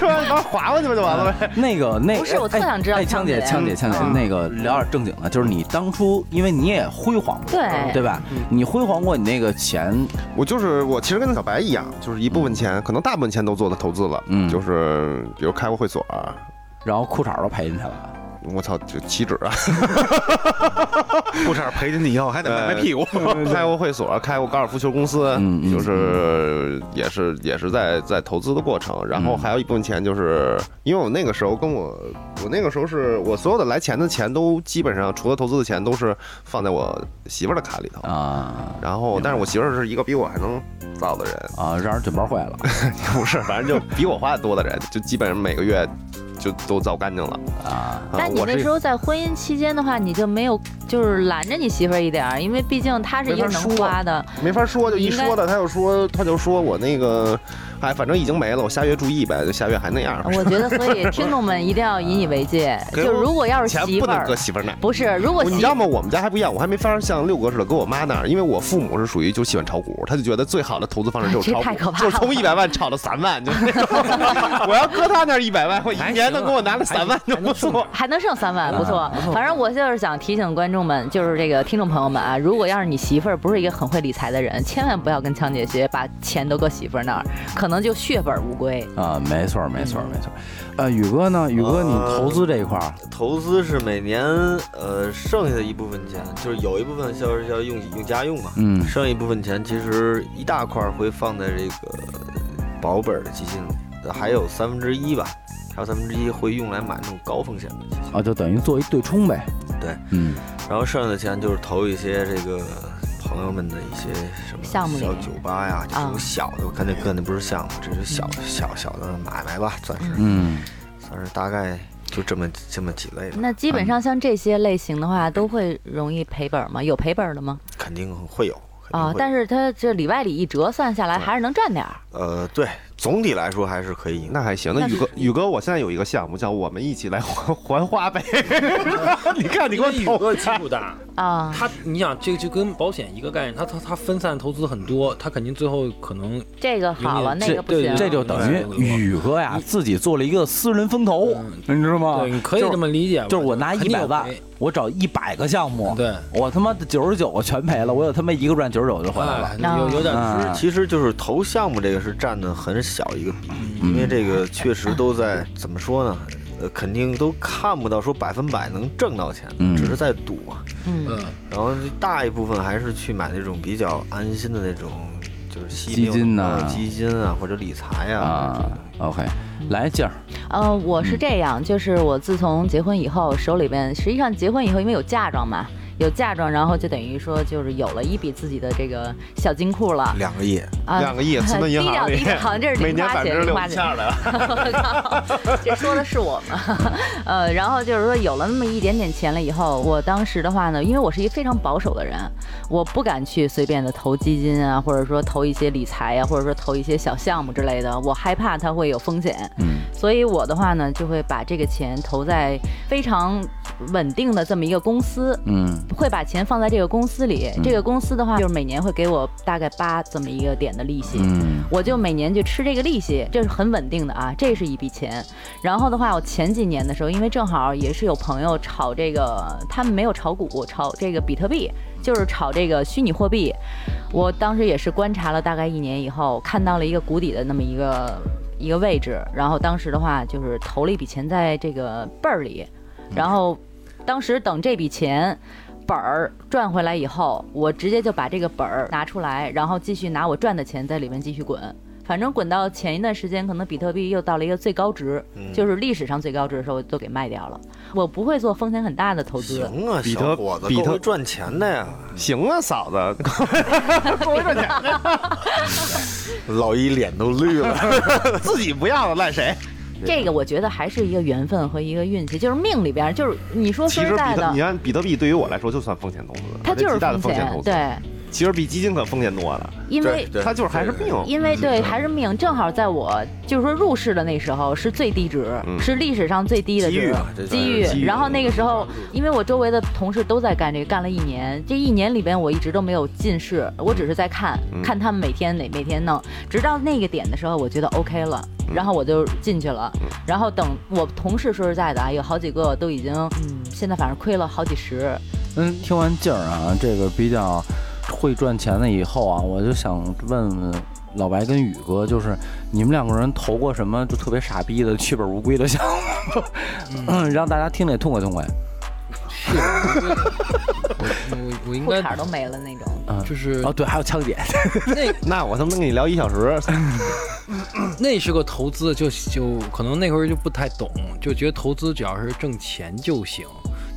[SPEAKER 6] 把我划过去吧，就完了呗。
[SPEAKER 1] 那个那
[SPEAKER 2] 不是我特想知道
[SPEAKER 1] 哎，枪姐，
[SPEAKER 2] 枪
[SPEAKER 1] 枪
[SPEAKER 2] 姐嗯
[SPEAKER 1] 姐，枪姐，那个聊点正经的，就是你当初，因为你也辉煌过，
[SPEAKER 2] 对
[SPEAKER 1] 对吧？你辉煌过，你那个钱，
[SPEAKER 6] 我就是我，其实跟小白一样，就是一部分钱，可能大部分钱都做的投资了，
[SPEAKER 1] 嗯
[SPEAKER 6] 就是比如开过会所啊，
[SPEAKER 1] 然后裤衩都赔进去了，
[SPEAKER 6] 我操，就岂止啊，
[SPEAKER 5] 裤衩赔进去以后还得卖卖屁股。
[SPEAKER 6] 呃 开过会所，开过高尔夫球公司，
[SPEAKER 1] 嗯嗯
[SPEAKER 6] 就是也是也是在在投资的过程，然后
[SPEAKER 1] 嗯
[SPEAKER 6] 还有一部分钱就是因为我那个时候跟我我那个时候是我所有的来钱的钱都基本上除了投资的钱都是放在我媳妇儿的卡里头，
[SPEAKER 1] 啊
[SPEAKER 6] 然后但是我媳妇儿是一个比我还能造的人，
[SPEAKER 1] 啊，让人卷包坏了
[SPEAKER 6] 不是，反正就比我花的多的人，就基本上每个月就都造干净了。
[SPEAKER 1] 啊，
[SPEAKER 6] 啊
[SPEAKER 2] 但你
[SPEAKER 6] 我
[SPEAKER 2] 那
[SPEAKER 6] 是
[SPEAKER 2] 时候在婚姻期间的话，你就没有就是拦着你媳妇儿一点儿，因为毕竟她是一个
[SPEAKER 6] 没法
[SPEAKER 2] 能
[SPEAKER 6] 说啊
[SPEAKER 2] 花的，
[SPEAKER 6] 没法说，就一说的他就说他就说我那个，哎，反正已经没了，我下月注意呗，就下月还那样。
[SPEAKER 2] 啊我觉得，所 以听众们一定要引以为戒。
[SPEAKER 6] 给
[SPEAKER 2] 就
[SPEAKER 6] 我
[SPEAKER 2] 如果要是
[SPEAKER 6] 钱
[SPEAKER 2] 媳
[SPEAKER 6] 不
[SPEAKER 2] 妇
[SPEAKER 6] 能
[SPEAKER 2] 儿
[SPEAKER 6] 搁，媳妇儿那儿。
[SPEAKER 2] 不是，如果
[SPEAKER 6] 你
[SPEAKER 2] 媳
[SPEAKER 6] 知道吗？我们家还不一样，我还没法像六哥似的搁我妈那儿，因为我父母是属于就喜欢炒股，他就觉得最好的投资方式就是炒
[SPEAKER 2] 哎这太可
[SPEAKER 6] 股，
[SPEAKER 2] 怕了
[SPEAKER 6] 就是从一百万炒到三万，就是那种。 我要搁他那儿一百万，我一年能给我拿了三万就不错。
[SPEAKER 2] 还能剩三万，
[SPEAKER 6] 嗯
[SPEAKER 2] 不错
[SPEAKER 1] 啊不错。
[SPEAKER 2] 反正我就是想提醒观众们，就是这个听众朋友们啊，如果要是你媳妇儿不是一个很会理财的人，千万不要跟强姐学，把钱都搁媳妇儿那儿，可可能就血本无归。
[SPEAKER 1] 啊，没错儿，没错儿，没错儿。呃，宇哥呢？宇哥，你
[SPEAKER 4] 呃
[SPEAKER 1] 投资这一块儿，
[SPEAKER 4] 投资是每年呃剩下的一部分钱，就是有一部分消是要用用家用嘛，
[SPEAKER 1] 嗯
[SPEAKER 4] 剩下一部分钱其实一大块儿会放在这个保本儿的基金里，呃还有三分之一吧，还有三分之一会用来买那种高风险的基金，
[SPEAKER 1] 啊，就等于做一对冲呗。
[SPEAKER 4] 对，
[SPEAKER 1] 嗯，
[SPEAKER 4] 然后剩下的钱就是投一些这个朋友们的一些什么
[SPEAKER 2] 项目里
[SPEAKER 4] 小酒吧呀，这
[SPEAKER 2] 啊
[SPEAKER 4] 种小的，我看那个那不是项目，这是小小小的买卖吧，算是
[SPEAKER 1] 嗯，
[SPEAKER 4] 算是大概就这么这么几类吧，
[SPEAKER 2] 那基本上像这些类型的话，都会容易赔本吗？有赔本的吗？
[SPEAKER 4] 肯定会有肯定
[SPEAKER 2] 啊
[SPEAKER 4] 会，有
[SPEAKER 2] 但是它这里外里一折算下来，还是能赚点儿。
[SPEAKER 4] 呃，对，总体来说还是可以赢。
[SPEAKER 6] 那还行，那宇哥，宇哥，我现在有一个项目叫“我们一起来还还花呗”， 你看你
[SPEAKER 3] 你
[SPEAKER 6] 给我
[SPEAKER 3] 宇
[SPEAKER 6] 投
[SPEAKER 3] 哥基础大，
[SPEAKER 2] 啊，
[SPEAKER 3] 他你想这就跟保险一个概念，他他他分散投资很多，他肯定最后可能
[SPEAKER 2] 这个好了，
[SPEAKER 3] 有点
[SPEAKER 2] 那个不行
[SPEAKER 3] 对。
[SPEAKER 1] 这就等于宇哥呀自己做了一个私人风投，你知道吗？
[SPEAKER 3] 对，你可以这么理解吧，
[SPEAKER 1] 啊就是我拿
[SPEAKER 3] 啊肯
[SPEAKER 1] 一
[SPEAKER 3] 定
[SPEAKER 1] 百
[SPEAKER 3] 有
[SPEAKER 1] 万哦
[SPEAKER 3] 赔，
[SPEAKER 1] 我找一百个项目，
[SPEAKER 3] 对，
[SPEAKER 1] 我他妈九十九个全赔了，我有他妈一个赚九十九就回来了。
[SPEAKER 3] 哎有有点
[SPEAKER 1] 啊
[SPEAKER 4] 其实就是投项目这个是占的很小一个比例，因为这个确实都在怎么说呢？呃，肯定都看不到说百分百能挣到钱，
[SPEAKER 1] 嗯
[SPEAKER 4] 只是在赌啊嘛。
[SPEAKER 3] 嗯，
[SPEAKER 4] 然后大一部分还是去买那种比较安心的那种，就是息
[SPEAKER 1] 基金
[SPEAKER 4] 呐、
[SPEAKER 1] 呐
[SPEAKER 4] 基金啊或者理财啊
[SPEAKER 1] 啊，OK，来劲儿，
[SPEAKER 2] 呃，我是这样，就是我自从结婚以后，手里边实际上结婚以后，因为有嫁妆嘛，有嫁妆，然后就等于说就是有了一笔自己的这个小金库了
[SPEAKER 4] 两个亿，
[SPEAKER 2] 啊。
[SPEAKER 6] 两个亿存到银行里
[SPEAKER 2] 低调低调好像这是
[SPEAKER 6] 每
[SPEAKER 2] 零
[SPEAKER 6] 年
[SPEAKER 2] 花
[SPEAKER 6] 百
[SPEAKER 2] 钱，
[SPEAKER 6] 分之
[SPEAKER 2] 零
[SPEAKER 6] 六
[SPEAKER 2] 花钱。
[SPEAKER 6] 下来了。
[SPEAKER 2] 我靠， 这说的是我吗？ 呃，然后就是说有了那么一点点钱了以后，我当时的话呢，因为我是一个非常保守的人，我不敢去随便的投基金啊，或者说投一些理财呀、或者说投一些小项目之类的，我害怕它会有风险。
[SPEAKER 1] 嗯，
[SPEAKER 2] 所以我的话呢，就会把这个钱投在非常稳定的这么一个公司。
[SPEAKER 1] 嗯
[SPEAKER 2] 会把钱放在这个公司里，这个公司的话就是每年会给我大概八这么一个点的利息，
[SPEAKER 1] 嗯
[SPEAKER 2] 我就每年就吃这个利息，这是很稳定的啊，这是一笔钱。然后的话，我前几年的时候，因为正好也是有朋友炒这个，他们没有炒股，炒这个比特币，就是炒这个虚拟货币。我当时也是观察了大概一年以后，看到了一个谷底的那么一个一个位置，然后当时的话就是投了一笔钱在这个倍儿里，然后当时等这笔钱。本儿赚回来以后，我直接就把这个本儿拿出来，然后继续拿我赚的钱在里面继续滚。反正滚到前一段时间，可能比特币又到了一个最高值，就是历史上最高值的时候，我都给卖掉了。我不会做风险很大的投资。
[SPEAKER 4] 行啊，
[SPEAKER 6] 比
[SPEAKER 4] 小
[SPEAKER 6] 特
[SPEAKER 4] 伙子
[SPEAKER 6] 比
[SPEAKER 4] 够
[SPEAKER 6] 特
[SPEAKER 4] 会赚钱的呀，
[SPEAKER 6] 行啊，嫂子， 多赚 钱，
[SPEAKER 4] 老一脸都绿了。
[SPEAKER 6] 自己不要了赖谁？
[SPEAKER 2] 这个我觉得还是一个缘分和一个运气，就是命里边儿，就是你说
[SPEAKER 6] 其
[SPEAKER 2] 说
[SPEAKER 6] 实
[SPEAKER 2] 实
[SPEAKER 6] 比
[SPEAKER 2] 在
[SPEAKER 6] 特，
[SPEAKER 2] 的
[SPEAKER 6] 你，看比特币对于我来说就算风险投资，
[SPEAKER 2] 它就
[SPEAKER 6] 极
[SPEAKER 2] 是
[SPEAKER 6] 大的
[SPEAKER 2] 风
[SPEAKER 6] 风险投资，
[SPEAKER 2] 对，
[SPEAKER 6] 其实比基金可风险多了，
[SPEAKER 2] 因为
[SPEAKER 4] 对
[SPEAKER 6] 它就是还是命。
[SPEAKER 2] 因为对还是命，正好在我就是说入市的那时候是最低值，
[SPEAKER 6] 嗯
[SPEAKER 2] 是历史上最低的
[SPEAKER 4] 机遇
[SPEAKER 2] 值
[SPEAKER 4] 啊这算
[SPEAKER 2] 机
[SPEAKER 4] 是机
[SPEAKER 2] 遇。
[SPEAKER 4] 遇
[SPEAKER 2] 然后那个时候，因为我周围的同事都在干这个，干了一年，这一年里边我一直都没有近视，我只是在看
[SPEAKER 6] 嗯
[SPEAKER 2] 看他们每天哪每天弄，直到那个点的时候，我觉得 OK 了，
[SPEAKER 6] 嗯
[SPEAKER 2] 然后我就进去了。然后等我同事说实在的啊，有好几个都已经嗯，现在反正亏了好几十，
[SPEAKER 1] 嗯，听完劲儿啊，这个比较会赚钱的以后啊，我就想问问老白跟宇哥，就是你们两个人投过什么就特别傻逼的血本无归的项目，嗯， 让大家听得痛快痛快。
[SPEAKER 3] 嗯我我应
[SPEAKER 2] 裤
[SPEAKER 3] 该
[SPEAKER 2] 衩都没了那种。
[SPEAKER 3] 就是
[SPEAKER 1] 哦，对，还有枪 姐，
[SPEAKER 3] 那
[SPEAKER 6] 那我他妈跟你聊一小 时，
[SPEAKER 3] 那是个投资就，就可能那会儿就不太懂，就觉得投资只要是挣钱就行。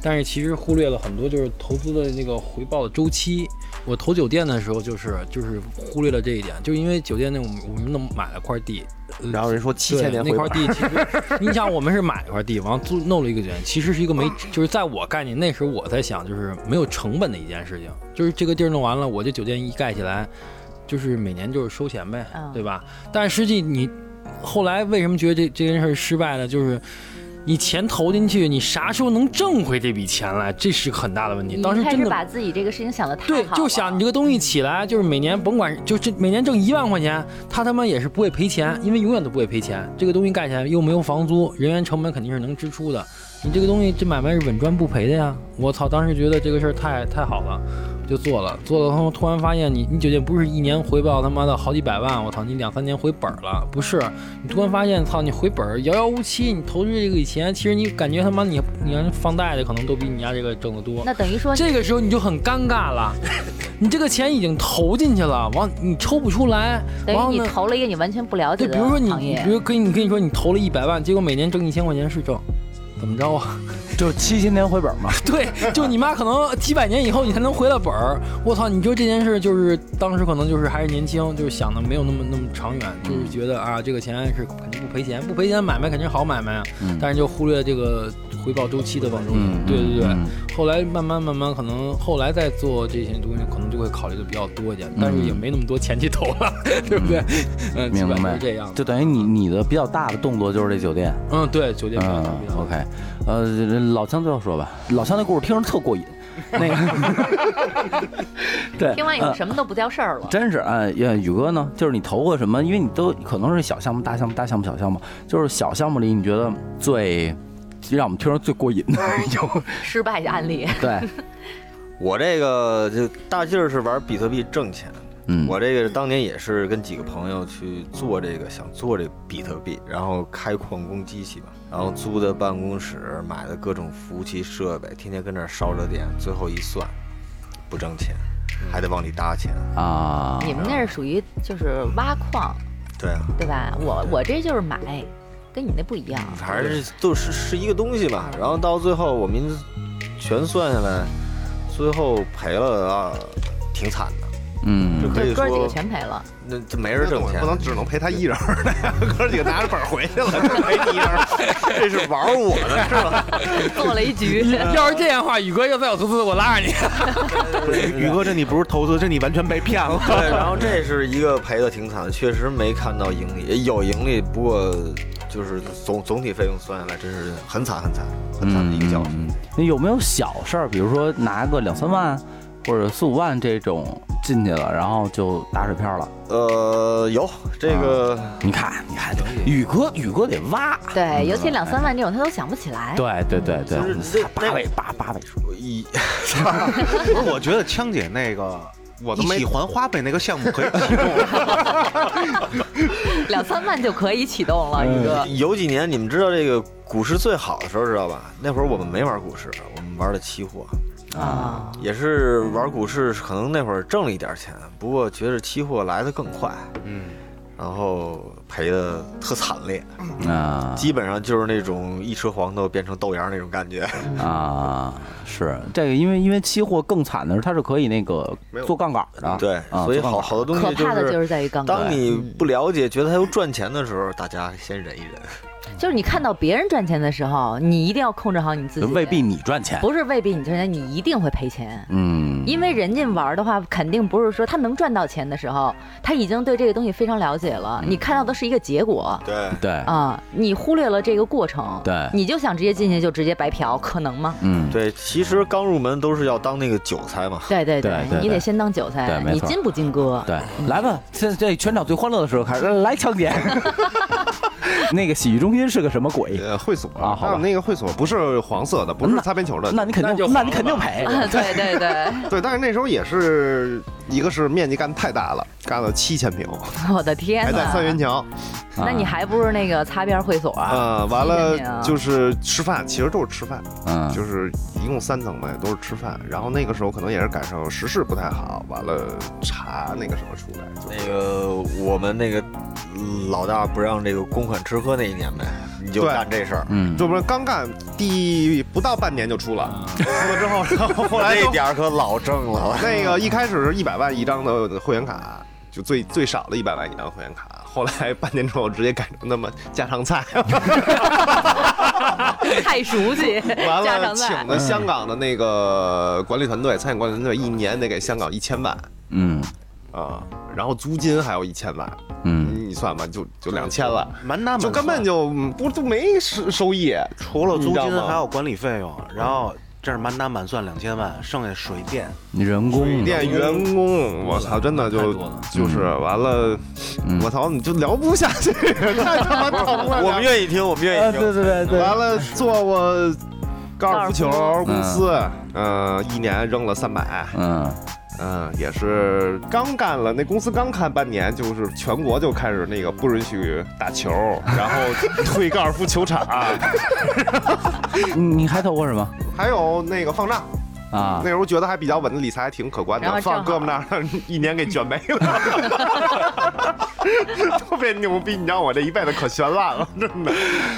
[SPEAKER 3] 但是其实忽略了很多就是投资的那个回报的周期。我投酒店的时候就是就是忽略了这一点，就因为酒店那我们我们那买了块地，呃
[SPEAKER 6] 然后人说七
[SPEAKER 3] 对
[SPEAKER 6] 千年
[SPEAKER 3] 那
[SPEAKER 6] 回
[SPEAKER 3] 块
[SPEAKER 6] 本，
[SPEAKER 3] 地，其实 你想我们是买了块地，完了租弄了一个酒店，其实是一个没，就是在我概念那时候我在想，就是没有成本的一件事情，就是这个地儿弄完了，我这酒店一盖起来，就是每年就是收钱呗
[SPEAKER 2] 嗯，
[SPEAKER 3] 对吧？但是实际你后来为什么觉得这这件事儿失败呢？就是。你钱投进去，你啥时候能挣回这笔钱来？这是个很大的问题。
[SPEAKER 2] 你
[SPEAKER 3] 当时
[SPEAKER 2] 开
[SPEAKER 3] 真
[SPEAKER 2] 始
[SPEAKER 3] 的
[SPEAKER 2] 把自己这个事情想的太
[SPEAKER 3] 对
[SPEAKER 2] 好，了，嗯
[SPEAKER 3] 就想你这个东西起来，就是每年甭管，就这每年挣一万块钱，他他妈也是不会赔钱，因为永远都不会赔钱。这个东西盖起来又没有房租，人员成本肯定是能支出的。你这个东西这买卖是稳赚不赔的呀！我操，当时觉得这个事儿太太好了，就做了，做了后突然发现你你酒店不是一年回报他妈的好几百万，我操，你两三年回本儿了，不是？你突然发现，操，你回本儿遥遥无期，你投资这个以前，其实你感觉他妈你你看放贷的可能都比你家这个挣得多。
[SPEAKER 2] 那等于说
[SPEAKER 3] 这个时候你就很尴 尬了，你这个钱已经投进去了，完你抽不出来，
[SPEAKER 2] 等
[SPEAKER 3] 然后
[SPEAKER 2] 于
[SPEAKER 3] 呢
[SPEAKER 2] 你？投了一个你完全不了解
[SPEAKER 3] 对，
[SPEAKER 2] 的
[SPEAKER 3] 比如说你，
[SPEAKER 2] 行业
[SPEAKER 3] 比，如跟你跟你说你投了一百万，结果每年挣一千块钱是挣，怎么着啊？
[SPEAKER 1] 就是七七年回本嘛。
[SPEAKER 3] 对，就你妈可能几百年以后你才能回了本儿。我操，你说这件事就是当时可能就是还是年轻，就是想的没有那么那么长远，就是
[SPEAKER 2] 嗯
[SPEAKER 3] 觉得啊这个钱是肯定不赔钱，不赔钱买卖肯定是好买卖啊，
[SPEAKER 1] 嗯
[SPEAKER 3] 但是就忽略这个回报周期的往中间。对对对。
[SPEAKER 1] 嗯
[SPEAKER 3] 后来慢慢慢慢，可能后来再做这些东西，可能就会考虑的比较多一点，但是也没那么多钱去投了， 对不对？嗯，基
[SPEAKER 1] 嗯明
[SPEAKER 3] 本上
[SPEAKER 1] 白
[SPEAKER 3] 是这样的。
[SPEAKER 1] 就等于你你的比较大的动作就是这酒店，
[SPEAKER 3] 嗯，对，酒店比较
[SPEAKER 1] 嗯
[SPEAKER 3] 大比较大
[SPEAKER 1] ，OK，呃，老枪最后说吧，老枪那故事听着特 过瘾，那个，对，
[SPEAKER 2] 听完以后
[SPEAKER 3] 嗯
[SPEAKER 1] 呃
[SPEAKER 2] 什么都不叫事儿了。
[SPEAKER 1] 真是啊，呃宇哥呢，就是你投过什么？因为你都可能是小项目、大项目、大项目、小项目，就是小项目里你觉得最让我们听着最过瘾 的有
[SPEAKER 2] 失败案例，
[SPEAKER 3] 嗯
[SPEAKER 1] 对，
[SPEAKER 4] 我这个就大劲儿是玩比特币挣钱，
[SPEAKER 1] 嗯，
[SPEAKER 4] 我这个当年也是跟几个朋友去做这个，想做这比特币，然后开矿工机器嘛，然后租的办公室，买的各种服务器设备，天天跟那儿烧着电，最后一算，不挣钱，
[SPEAKER 6] 嗯
[SPEAKER 4] 还得往里搭钱。
[SPEAKER 1] 啊，
[SPEAKER 2] 你们那是属于就是挖矿，
[SPEAKER 4] 对啊，
[SPEAKER 2] 对吧？我我这就是买，跟你那不一样。
[SPEAKER 4] 还是都是是一个东西嘛。然后到最后我们全算下来，最后赔了啊，挺惨的，
[SPEAKER 1] 嗯
[SPEAKER 4] 就可以
[SPEAKER 2] 就哥儿几个
[SPEAKER 4] 说
[SPEAKER 2] 全赔了，
[SPEAKER 4] 那这没人挣钱
[SPEAKER 6] 不。能只能陪他一人儿，哥几个拿着本儿回去了，只陪你一人儿，这是玩儿我的是吧？
[SPEAKER 2] 做了一 局。
[SPEAKER 3] 要是这样的话，宇哥要再有投资，我拉着你。
[SPEAKER 5] 不是宇哥，这你不是投资，这你完全被骗了。
[SPEAKER 4] 对，然后这是一个赔的挺惨的，确实没看到盈利，有盈利，不过就是总总体费用算下来，真是很惨很惨很惨的一个教训。
[SPEAKER 1] 嗯嗯那有没有小事儿，比如说拿个两三万或者四五万这种进去了，然后就打水漂了？
[SPEAKER 4] 呃，有这个、
[SPEAKER 1] 你看，你看，宇哥，宇哥得挖，
[SPEAKER 2] 对，尤其两三万这种，他都想不起来。
[SPEAKER 1] 对对对
[SPEAKER 4] 就是
[SPEAKER 1] 对，
[SPEAKER 4] 那
[SPEAKER 1] 八位八八位数，
[SPEAKER 4] 一
[SPEAKER 5] 不是，我觉得枪姐那个。我
[SPEAKER 6] 都没
[SPEAKER 5] 一起还花呗那个项目可以 启动，
[SPEAKER 2] 两三万就可以启动了，
[SPEAKER 3] 嗯
[SPEAKER 2] 宇哥。
[SPEAKER 4] 有几年你们知道这个股市最好的时候知道吧？那会儿我们没玩股市，我们玩的期货。嗯
[SPEAKER 2] 啊，
[SPEAKER 4] 也是玩股市，可能那会儿挣了一点钱，不过觉得期货来的更快，
[SPEAKER 5] 嗯，
[SPEAKER 4] 然后赔的特惨烈，
[SPEAKER 1] 啊
[SPEAKER 4] 基本上就是那种一车黄豆变成豆芽那种感觉。
[SPEAKER 1] 啊，是这个，因为因为期货更惨的是，它是可以那个做杠杆 的，
[SPEAKER 4] 对，
[SPEAKER 1] 啊
[SPEAKER 4] 所以
[SPEAKER 1] 做杠
[SPEAKER 4] 好
[SPEAKER 1] 杆
[SPEAKER 4] 好多东
[SPEAKER 2] 可
[SPEAKER 4] 西。
[SPEAKER 2] 怕的就是是在于杠杆。
[SPEAKER 4] 当你不了解，觉得它又赚钱的时候，大家先忍一忍。
[SPEAKER 2] 就是你看到别人赚钱的时候，你一定要控制好你自己。
[SPEAKER 1] 未必你赚钱，
[SPEAKER 2] 不是未必你赚钱，你一定会赔钱。
[SPEAKER 1] 嗯，
[SPEAKER 2] 因为人家玩的话，肯定不是说他能赚到钱的时候，他已经对这个东西非常了解了。你看到的是一个结果
[SPEAKER 4] 对，
[SPEAKER 1] 对，
[SPEAKER 2] 啊，你忽略了这个过程，
[SPEAKER 1] 对
[SPEAKER 2] 你就想直接进去就直接白嫖，可能吗？
[SPEAKER 1] 嗯，
[SPEAKER 4] 对，其实刚入门都是要当那个韭菜嘛。
[SPEAKER 2] 对对
[SPEAKER 1] 对对
[SPEAKER 2] 你
[SPEAKER 1] 对
[SPEAKER 2] 得先当韭
[SPEAKER 1] 对
[SPEAKER 2] 菜，
[SPEAKER 1] 没
[SPEAKER 2] 你
[SPEAKER 1] 错
[SPEAKER 2] 进不进哥？
[SPEAKER 1] 对，来吧，现在这全场最欢乐的时候开始，来，强 姐，那个洗浴中心是个什么鬼？
[SPEAKER 6] 呃，会所
[SPEAKER 1] 啊好吧
[SPEAKER 6] 还有那个会所不是黄色的，不是擦边球的，
[SPEAKER 1] 那你肯
[SPEAKER 3] 那
[SPEAKER 1] 定，
[SPEAKER 3] 就黄
[SPEAKER 1] 那
[SPEAKER 3] 了
[SPEAKER 1] 你肯定 赔，
[SPEAKER 2] 对对对，
[SPEAKER 6] 对，但是那时候也是一个是面积干太大了，干了七千平，
[SPEAKER 2] 我的天
[SPEAKER 6] 还在三元
[SPEAKER 2] 呐，
[SPEAKER 6] 桥，
[SPEAKER 2] 那你还不是那个擦边会所啊？
[SPEAKER 6] 呃，完
[SPEAKER 2] 7000平
[SPEAKER 6] 了就是吃饭，其实都是吃饭，
[SPEAKER 1] 嗯
[SPEAKER 6] 就是一共三层嘛，都是吃饭。然后那个时候可能也是赶上时事不太好，完了查那个什么出来，就
[SPEAKER 4] 那个我们那个老大不让这个公款吃喝那一年呗，你就
[SPEAKER 6] 对
[SPEAKER 4] 干这事儿。
[SPEAKER 1] 嗯，
[SPEAKER 6] 就不是刚干第不到半年就出了，出了之后，然后后来
[SPEAKER 5] 哎
[SPEAKER 4] 这
[SPEAKER 6] 就
[SPEAKER 4] 点儿可老挣了。
[SPEAKER 6] 那个一开始是一百万一张的会员卡，就最最少的一百万一张会员卡，后来半年之后直接改成那么家常菜，
[SPEAKER 2] 太熟悉，
[SPEAKER 6] 完
[SPEAKER 2] 家
[SPEAKER 6] 了
[SPEAKER 2] 常菜
[SPEAKER 6] 请。的香港的那个管理团队，餐饮管理团队一年得给香港一千万
[SPEAKER 1] 嗯
[SPEAKER 6] 啊、然后租金还有一千万，
[SPEAKER 1] 嗯，
[SPEAKER 6] 你算吧，就就两千万，
[SPEAKER 5] 满打满算
[SPEAKER 6] 就根本就嗯不就没收收益，
[SPEAKER 5] 除了租
[SPEAKER 6] 你知道
[SPEAKER 5] 金
[SPEAKER 6] 吗
[SPEAKER 5] 还有管理费用，然后这是满打满算两千万，剩下水电
[SPEAKER 1] 人工
[SPEAKER 6] 水
[SPEAKER 1] 的，
[SPEAKER 6] 电员工，我操，真的就
[SPEAKER 3] 太多了
[SPEAKER 6] 就是完了，
[SPEAKER 1] 嗯
[SPEAKER 6] 我操，你就聊不下去， 太他妈疼 了。
[SPEAKER 4] 我们愿意听，我们愿
[SPEAKER 1] 呃
[SPEAKER 4] 意听。
[SPEAKER 1] 对对对对，
[SPEAKER 6] 完了做呃过高尔夫球公司，嗯、一年扔了三百，
[SPEAKER 1] 嗯
[SPEAKER 6] 嗯，也是刚干了，那公司刚开半年，就是全国就开始那个不允许打球，然后退高尔夫球 场，
[SPEAKER 1] 你你还投过什么
[SPEAKER 6] 还有那个放账。
[SPEAKER 1] 啊
[SPEAKER 6] 那？时候觉得还比较稳，理财还挺可观
[SPEAKER 2] 然
[SPEAKER 6] 的，
[SPEAKER 2] 后正好
[SPEAKER 6] 放胳膊那儿一年给卷没了， 特别牛逼。你让我这一辈子可悬烂了，真的。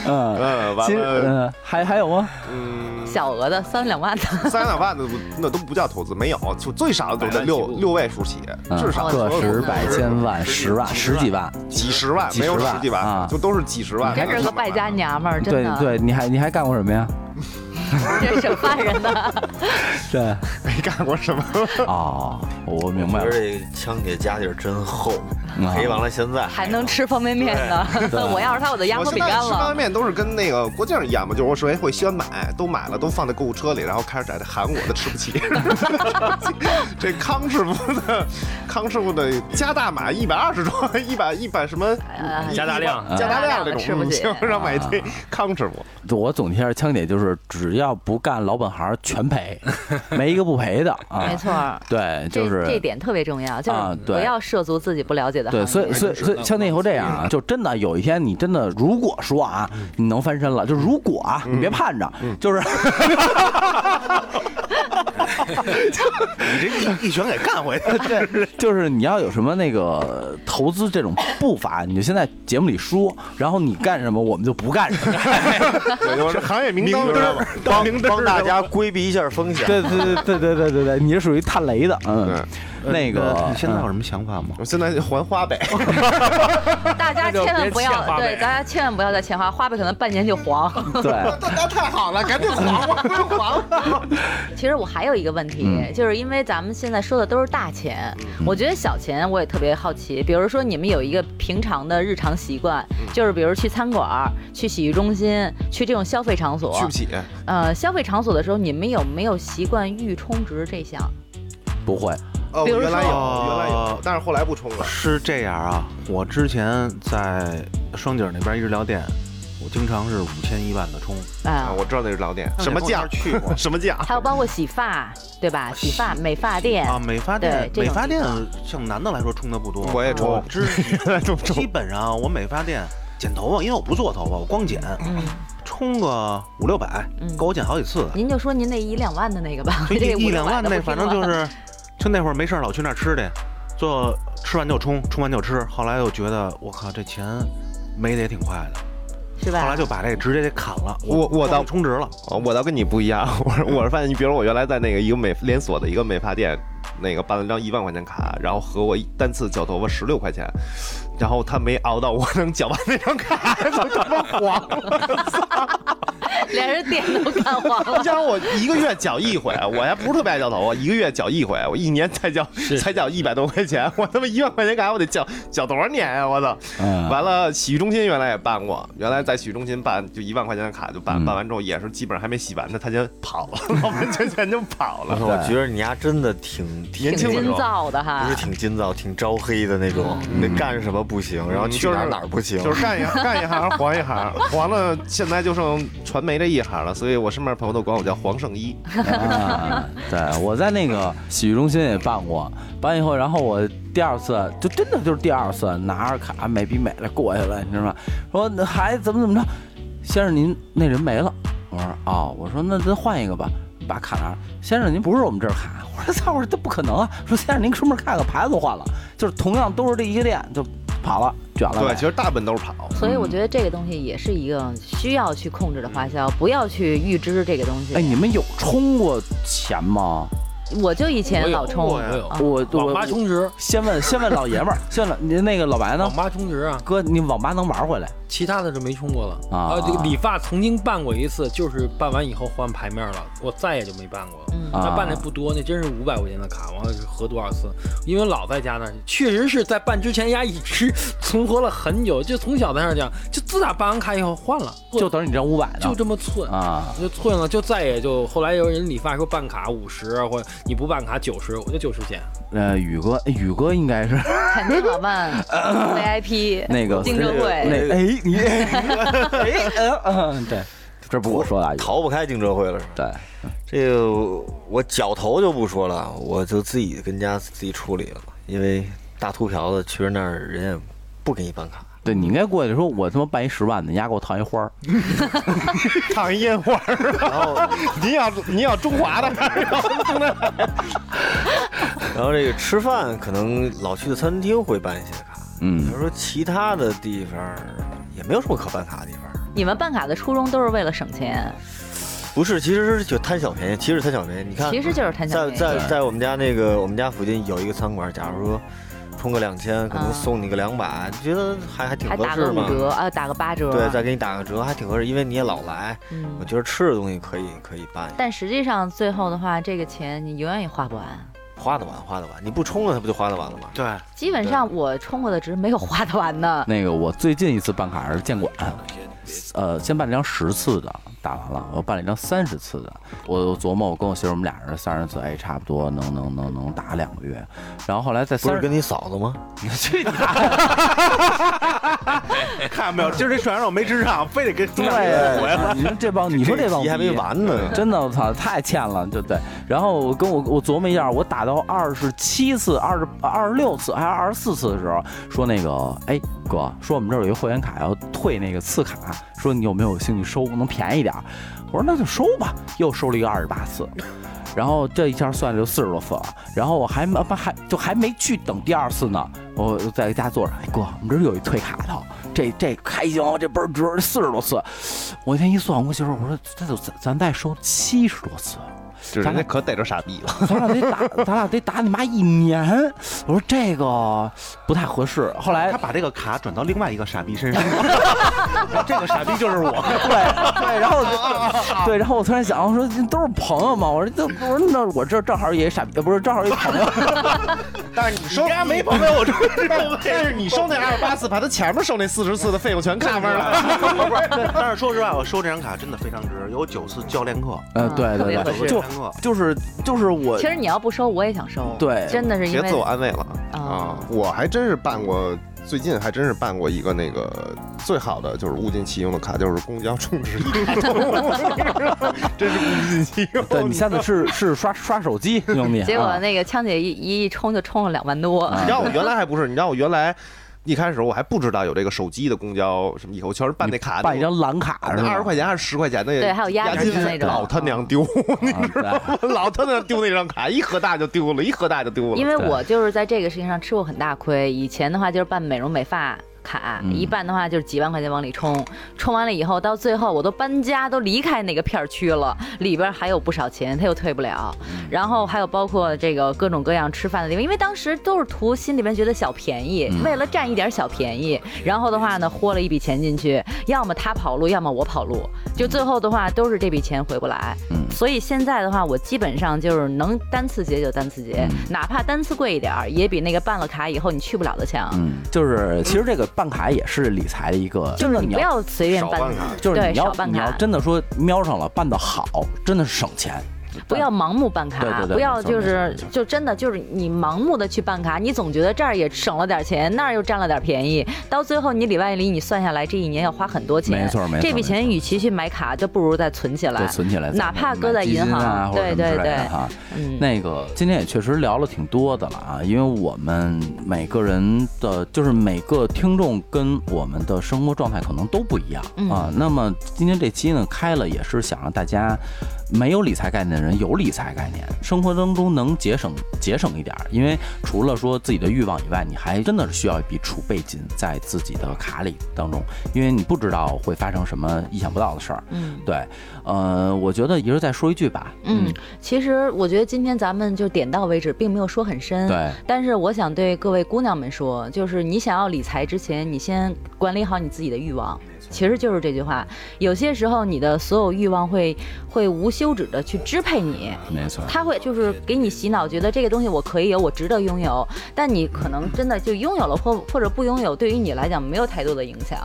[SPEAKER 1] 嗯，
[SPEAKER 6] 嗯，
[SPEAKER 1] 其
[SPEAKER 6] 完
[SPEAKER 1] 实
[SPEAKER 6] 了，
[SPEAKER 1] 嗯，还还有吗？
[SPEAKER 6] 嗯，
[SPEAKER 2] 小额的三两万的，
[SPEAKER 6] 三两万的不那都不叫投资，没有，就最少都得六六位数起，
[SPEAKER 1] 嗯
[SPEAKER 6] 至少
[SPEAKER 1] 个
[SPEAKER 6] 所有
[SPEAKER 1] 十
[SPEAKER 6] 公司
[SPEAKER 1] 百千万十万十几万，
[SPEAKER 6] 几十万，
[SPEAKER 1] 几十
[SPEAKER 6] 没有
[SPEAKER 1] 万
[SPEAKER 6] 十几
[SPEAKER 1] 啊
[SPEAKER 6] 万，就都是几十万。
[SPEAKER 2] 真是 个败家娘们儿，真
[SPEAKER 1] 对
[SPEAKER 2] 的，
[SPEAKER 1] 对，你还你还干过什么呀？
[SPEAKER 2] 这是犯人的。
[SPEAKER 1] 对，
[SPEAKER 6] 没干过什么。
[SPEAKER 1] 哦，我明白
[SPEAKER 4] 觉得
[SPEAKER 1] 了，
[SPEAKER 4] 这枪姐家底儿真厚，
[SPEAKER 1] 啊
[SPEAKER 4] 赔完了现在
[SPEAKER 2] 还能吃方便面呢。 我要是他，我就压
[SPEAKER 6] 我
[SPEAKER 2] 锅
[SPEAKER 6] 现
[SPEAKER 2] 饼
[SPEAKER 6] 在
[SPEAKER 2] 干
[SPEAKER 6] 吃方
[SPEAKER 2] 了
[SPEAKER 6] 便。面都是跟那个郭靖一样嘛，就是我首先会先买，都买了，都放在购物车里，然后开始在这喊我的吃不起。这康师傅的康师傅的加大码一百二十装，一百一百什么
[SPEAKER 2] 呃
[SPEAKER 3] 加大量
[SPEAKER 6] 加大量这
[SPEAKER 2] 加大量的
[SPEAKER 6] 种
[SPEAKER 2] 吃不起
[SPEAKER 6] 嗯就让买一堆康师傅。
[SPEAKER 1] 我总结一下，枪姐就是只要不干老本行，全 赔，没一个不赔的啊。
[SPEAKER 2] 没错，
[SPEAKER 1] 对，
[SPEAKER 2] 这
[SPEAKER 1] 就是
[SPEAKER 2] 这点特别重要，就
[SPEAKER 1] 啊
[SPEAKER 2] 是不
[SPEAKER 1] 对
[SPEAKER 2] 要涉足自己不了解的行
[SPEAKER 1] 对，
[SPEAKER 2] 业。
[SPEAKER 1] 所以所以所以，像那以后这样啊，就真的有一天你真的如果说啊，你能翻身了，就如果啊，你别盼着，就是
[SPEAKER 5] 你这一一拳给干回去，
[SPEAKER 1] 就是你要有什么那个投资这种步伐，你就先在节目里说，然后你干什么我们就不干什么。
[SPEAKER 6] 对，就是行业明
[SPEAKER 4] 明
[SPEAKER 6] 灯
[SPEAKER 4] 灯
[SPEAKER 6] 儿
[SPEAKER 4] 儿，
[SPEAKER 6] 当明灯
[SPEAKER 4] 帮
[SPEAKER 6] 儿
[SPEAKER 4] 大家规避一下风险。
[SPEAKER 1] 对对对对对对对对，你是属于探雷的，嗯，那个
[SPEAKER 5] 你现
[SPEAKER 6] 嗯
[SPEAKER 5] 在有什么想法吗？
[SPEAKER 6] 我现在还花呗，
[SPEAKER 2] 大家千万不要
[SPEAKER 3] 那就别欠花呗
[SPEAKER 2] 对，大家千万不要再钱花，花呗可能半年就黄。
[SPEAKER 1] 嗯对，
[SPEAKER 6] 那太好了，赶紧还我，还我。
[SPEAKER 2] 其实我还有一个问题，
[SPEAKER 1] 嗯
[SPEAKER 2] 就是因为咱们现在说的都是大钱，我觉得小钱我也特别好奇。比如说你们有一个平常的日常习惯，
[SPEAKER 1] 嗯
[SPEAKER 2] 就是比如去餐馆儿、去洗浴中心、去这种消费场所
[SPEAKER 6] 去，不起，
[SPEAKER 2] 呃，消费场所的时候，你们有没有习惯预充值这项？
[SPEAKER 1] 不会，
[SPEAKER 6] 呃，我
[SPEAKER 2] 比如
[SPEAKER 6] 原来有，
[SPEAKER 5] 说
[SPEAKER 6] 原来有，但是后来不充了。
[SPEAKER 5] 是这样啊，我之前在双井那边一日料店，我经常是五千一万的充，
[SPEAKER 6] 啊，
[SPEAKER 2] 啊，
[SPEAKER 6] 我知道那是老店，什么
[SPEAKER 5] 我
[SPEAKER 6] 酱
[SPEAKER 5] 跟我那儿去过
[SPEAKER 6] 什么酱，
[SPEAKER 2] 还有包括洗发，对吧？洗发、美发店，
[SPEAKER 5] 啊，美发店，
[SPEAKER 2] 哎对这种
[SPEAKER 5] 美发
[SPEAKER 2] 地
[SPEAKER 5] 店像男的来说充的不多，
[SPEAKER 6] 我也充
[SPEAKER 5] 我 之前基本上我美发店剪头发，因为我不做头发，我光剪，
[SPEAKER 2] 嗯，
[SPEAKER 5] 充个五六百
[SPEAKER 2] 嗯，
[SPEAKER 5] 够我剪好几次的。
[SPEAKER 2] 您就说您那一两万的那个吧，
[SPEAKER 5] 所
[SPEAKER 2] 这
[SPEAKER 5] 以
[SPEAKER 2] 个
[SPEAKER 5] 一一两
[SPEAKER 2] 5-6
[SPEAKER 5] 万
[SPEAKER 2] 的
[SPEAKER 5] 那
[SPEAKER 2] 不
[SPEAKER 5] 反
[SPEAKER 2] 听
[SPEAKER 5] 正就
[SPEAKER 2] 了
[SPEAKER 5] 是，就那会儿没事儿老去那儿吃去，做吃完就充，充完就吃。后来又觉得我靠这钱没得也挺快的，
[SPEAKER 2] 是吧？
[SPEAKER 5] 后来就把这直接给砍了。
[SPEAKER 6] 我我倒
[SPEAKER 5] 不充值了，
[SPEAKER 6] 哦，我倒跟你不一样，我是我是发现，你比如我原来在那个一个美连锁的一个美发店，那个办了张一万块钱卡，然后和我一单次绞头发十六块钱，然后他没熬到我能绞完那张卡， 就他妈黄了，
[SPEAKER 2] 连人店都干黄了。
[SPEAKER 6] 加上我一个月绞一回，我还不是特别爱绞头发，一个月绞一回，我一年才绞 才绞一百多块钱，我他妈一万块钱卡我得绞绞多少年呀、我操！
[SPEAKER 1] 嗯，
[SPEAKER 6] 完了，洗浴中心原来也办过，原来在洗浴中心办就一万块钱的卡就办，
[SPEAKER 1] 嗯
[SPEAKER 6] 办完之后也是基本上还没洗完呢，他先跑了， 老板就先就跑
[SPEAKER 4] 我
[SPEAKER 6] 了。
[SPEAKER 4] 操我觉得你丫真的挺
[SPEAKER 6] 年
[SPEAKER 2] 挺
[SPEAKER 6] 轻的时
[SPEAKER 2] 金
[SPEAKER 6] 候
[SPEAKER 2] 造的哈
[SPEAKER 4] 不是，挺金造，挺招黑的那种，那干什么不行，然后去
[SPEAKER 6] 就是
[SPEAKER 4] 哪儿哪儿不行，
[SPEAKER 6] 就是干一 行干一行黄一行，黄了现在就剩传媒这一行了，所以我身边朋友都管我叫黄圣依。
[SPEAKER 1] 啊 对，我在那个洗浴中心也办过，办以后，然后我第二次就真的就是第二次拿着卡美比美的过去了，你知道吗？说那孩子怎么怎么着，先生您那人没了，我说哦，我说那咱换一个吧。把卡拿，先生您不是我们这儿卡，我说操，我说这不可能啊！说先生您出门看看牌子都换了，就是同样都是这一个店就跑了卷了呗。
[SPEAKER 6] 对，其实大部分都是跑。
[SPEAKER 2] 所以我觉得这个东西也是一个需要去控制的花销，不要去预支这个东西。
[SPEAKER 1] 哎，你们有充过钱吗？
[SPEAKER 2] 我就以
[SPEAKER 3] 我
[SPEAKER 2] 前
[SPEAKER 3] 有
[SPEAKER 2] 老充，
[SPEAKER 3] 我有
[SPEAKER 2] 啊
[SPEAKER 1] 我
[SPEAKER 3] 网
[SPEAKER 1] 我
[SPEAKER 3] 吧充值，
[SPEAKER 1] 先问先问老爷们儿，先问您那个老白呢
[SPEAKER 3] 网？吧充值啊，
[SPEAKER 1] 哥，你网吧能玩回来？
[SPEAKER 3] 其他的就没充过了
[SPEAKER 1] 啊
[SPEAKER 3] 这个理发曾经办过一次，就是办完以后换牌面了，我再也就没办过了。
[SPEAKER 2] 嗯
[SPEAKER 1] 啊
[SPEAKER 3] 那办的不多，那真是五百块钱的卡，完了是合多少次？因为老在家那儿，确实是在办之前呀，一直 存活了很久，就从小在那儿讲，就自打办完卡以后换了，
[SPEAKER 1] 就等你这五百呢？
[SPEAKER 3] 就这么寸。
[SPEAKER 1] 啊，
[SPEAKER 3] 就寸了，就再也就后来有人理发说办卡五十，或者你不办卡九十，我就九十减。
[SPEAKER 1] 呃，宇哥，哎宇哥应 该是
[SPEAKER 2] 肯定老万 VIP
[SPEAKER 1] 那个
[SPEAKER 2] 竞争会，
[SPEAKER 1] 那哎你哎哎嗯嗯对，这不是我说的啊，宇哥
[SPEAKER 4] 逃不开竞争会了。是吧
[SPEAKER 1] 对，
[SPEAKER 4] 这个我绞头就不说了，我就自己跟家自己处理了，因为大秃瓢子去人那儿人也不给你办卡。
[SPEAKER 1] 对你应该过去说，我他妈办一十万的，你丫给我烫一花儿。
[SPEAKER 6] 烫一烟花儿，
[SPEAKER 4] 然后
[SPEAKER 6] 你要你要中 华的，
[SPEAKER 4] 然后这个吃饭可能老去的餐厅会办一些卡，
[SPEAKER 1] 嗯
[SPEAKER 4] 他，说其他的地方也没有什么可办卡的地方。
[SPEAKER 2] 你们办卡的初衷都是为了省钱，
[SPEAKER 4] 不是，其实是就贪小便宜，其实贪小便宜。你看，
[SPEAKER 2] 其实就是贪小
[SPEAKER 4] 在
[SPEAKER 2] 便宜。
[SPEAKER 4] 在在我们家那个我们家附近有一个餐馆，假如说充个两千，可能
[SPEAKER 2] 嗯
[SPEAKER 4] 送你个两百，你觉得还还挺
[SPEAKER 2] 还
[SPEAKER 4] 合
[SPEAKER 2] 打
[SPEAKER 4] 适
[SPEAKER 2] 个五
[SPEAKER 4] 嘛？
[SPEAKER 2] 折啊，打个八折。
[SPEAKER 4] 对，再给你打个折，还挺合适，因为你也老来，
[SPEAKER 2] 嗯
[SPEAKER 4] 我觉得吃的东西可以可以办一下，
[SPEAKER 2] 但实际上最后的话，这个钱你永远也花不完。
[SPEAKER 4] 花得完花得完，你不充了，它不就花得完了吗？
[SPEAKER 5] 对，
[SPEAKER 2] 基本上我充过的值没有花得完的。
[SPEAKER 1] 那个我最近一次办卡是建馆，呃，先办了一张十次的，打完了，我办了一张三十次的。我我琢磨，我跟我媳妇儿我们俩人三十次，哎，差不多能能能能打两个月。然后后来在
[SPEAKER 4] 不
[SPEAKER 1] 三
[SPEAKER 4] 是
[SPEAKER 1] 十
[SPEAKER 4] 跟你嫂子 吗？
[SPEAKER 5] 哎看到没有，今儿这涮羊肉没吃上，非得给中间
[SPEAKER 1] 对
[SPEAKER 5] 回来。
[SPEAKER 1] 你说这帮你说这帮
[SPEAKER 4] 题还没
[SPEAKER 6] 啊
[SPEAKER 1] 逼
[SPEAKER 4] 完呢，
[SPEAKER 1] 真的，我操，太欠了，就对。然后我跟我我琢磨一下，我打到二十七次、二十二十六次还是二十四次的时候，说那个，哎哥，说我们这儿有一会员卡要退那个次卡，说你有没有兴趣收，能便宜点儿？我说那就收吧，又收了一个二十八次。然后这一下算了就四十多次了，然后我还没不还就还没去等第二次呢，我在家坐着，哎哥，我们这儿有一退卡的，这这开行，这倍儿值，四十多次，我那天一算，我媳妇儿我说咱就咱咱再收七十多次，
[SPEAKER 6] 这人家可逮着傻逼了。
[SPEAKER 1] 咱俩得打， 咱俩得打你妈一年。我说这个不太合适。后来
[SPEAKER 5] 他把这个卡转到另外一个傻逼身上，这个傻逼就是我。
[SPEAKER 1] 对对，然后我就对，然后我突然想，我说这都是朋友嘛，我说这我说那我这正好也傻逼，呃不是正好一朋 友，
[SPEAKER 6] 但是你收
[SPEAKER 5] 家没朋友，我这
[SPEAKER 6] 但是你收那二十八次，把他前面收那四十次的费用全 cover 了。
[SPEAKER 5] 但但是说实话，我收这张卡真的非常值，有九次教练课，
[SPEAKER 1] 呃，对
[SPEAKER 2] 嗯特别
[SPEAKER 1] 对
[SPEAKER 2] 合
[SPEAKER 5] 九
[SPEAKER 1] 对，
[SPEAKER 2] 适
[SPEAKER 5] 次教
[SPEAKER 1] 就
[SPEAKER 5] 练课。
[SPEAKER 1] 就是就是我
[SPEAKER 2] 其实你要不收，我也想收。
[SPEAKER 1] 对
[SPEAKER 2] 真的是因
[SPEAKER 6] 别
[SPEAKER 2] 为
[SPEAKER 6] 自我安慰了
[SPEAKER 2] 啊
[SPEAKER 6] 啊！我还真是办过，最近还真是办过一个那个最好的，就是物尽其用的卡，就是公交充值一卡 通，真是物尽其用。
[SPEAKER 1] 对你下次是是刷刷手机用你，
[SPEAKER 2] 结果
[SPEAKER 1] 啊
[SPEAKER 2] 那个枪姐一一一充就充了两万多，
[SPEAKER 1] 啊
[SPEAKER 6] 你知道我原来还不是，你知道我原来一开始我还不知道有这个手机的公交什么以后，我全是办那卡，
[SPEAKER 1] 办一张蓝卡是
[SPEAKER 6] 二十块钱还是十块钱的，
[SPEAKER 2] 对还有押
[SPEAKER 6] 押
[SPEAKER 2] 金
[SPEAKER 6] 金
[SPEAKER 2] 的那种
[SPEAKER 6] 老他娘丢，
[SPEAKER 1] 钱，啊对
[SPEAKER 6] 我老他娘丢那张卡，一核大就丢了，一核大就丢了。
[SPEAKER 2] 因为我就是在这个事情上吃过很大亏。以前的话就是办美容美发卡，
[SPEAKER 1] 嗯
[SPEAKER 2] 一办的话就是几万块钱往里充，充完了以后到最后我都搬家，都离开那个片儿区了，里边还有不少钱，他又退不了。
[SPEAKER 1] 嗯
[SPEAKER 2] 然后还有包括这个各种各样吃饭的地方，因为当时都是图心里面觉得小便宜，
[SPEAKER 1] 嗯
[SPEAKER 2] 为了占一点小便宜，然后的话呢豁了一笔钱进去，要么他跑路，要么我跑路，就最后的话都是这笔钱回不来。
[SPEAKER 1] 嗯
[SPEAKER 2] 所以现在的话，我基本上就是能单次结就单次结，
[SPEAKER 1] 嗯
[SPEAKER 2] 哪怕单次贵一点儿，也比那个办了卡以后你去不了的强。
[SPEAKER 1] 嗯，就是其实这个办卡也是理财的一个，真
[SPEAKER 2] 就是
[SPEAKER 1] 的
[SPEAKER 2] 你
[SPEAKER 1] 你
[SPEAKER 2] 不
[SPEAKER 1] 要。
[SPEAKER 2] 要随便
[SPEAKER 4] 少
[SPEAKER 2] 办
[SPEAKER 4] 办卡，
[SPEAKER 1] 就是
[SPEAKER 2] 对
[SPEAKER 1] 你要
[SPEAKER 2] 少办
[SPEAKER 1] 你要
[SPEAKER 2] 卡
[SPEAKER 1] 真的说瞄上了，办得好，真的是省钱。
[SPEAKER 2] 不要盲目办
[SPEAKER 1] 对
[SPEAKER 2] 卡
[SPEAKER 1] 对，对
[SPEAKER 2] 不要
[SPEAKER 1] 没错
[SPEAKER 2] 就
[SPEAKER 1] 没
[SPEAKER 2] 是
[SPEAKER 1] 错没错
[SPEAKER 2] 就真的就是你盲目的去办卡，你总觉得这儿也省了点钱，那儿又占了点便宜，到最后你里外里你算下来，这一年要花很多钱。
[SPEAKER 1] 没错没错
[SPEAKER 2] 这笔钱与其去买卡，就不如再存起
[SPEAKER 1] 对，
[SPEAKER 2] 来。
[SPEAKER 1] 存起来，
[SPEAKER 2] 哪怕
[SPEAKER 1] 咱们
[SPEAKER 2] 搁在
[SPEAKER 1] 买基金
[SPEAKER 2] 银行
[SPEAKER 1] 啊，或者
[SPEAKER 2] 对
[SPEAKER 1] 什么之
[SPEAKER 2] 对
[SPEAKER 1] 类的
[SPEAKER 2] 对
[SPEAKER 1] 哈。
[SPEAKER 2] 嗯，
[SPEAKER 1] 那个今天也确实聊了挺多的了啊，因为我们每个人的就是每个听众跟我们的生活状态可能都不一样、
[SPEAKER 2] 嗯
[SPEAKER 1] 啊。那么今天这期呢开了也是想让大家没有理财概念的人有理财概念，生活当中能节省节省一点儿，因为除了说自己的欲望以外，你还真的是需要一笔储备金在自己的卡里当中，因为你不知道会发生什么意想不到的事儿。
[SPEAKER 2] 嗯
[SPEAKER 1] 对，呃，我觉得一人再说一句吧。
[SPEAKER 2] 嗯，其实我觉得今天咱们就点到为止，并没有说很深。
[SPEAKER 1] 对，
[SPEAKER 2] 但是我想对各位姑娘们说，就是你想要理财之前，你先管理好你自己的欲望。其实就是这句话，有些时候你的所有欲望会会无休止的去支配你，
[SPEAKER 1] 没错。
[SPEAKER 2] 他会就是给你洗脑，觉得这个东西我可以有，我值得拥有。但你可能真的就拥有了，或或者不拥有，对于你来讲没有太多的影响。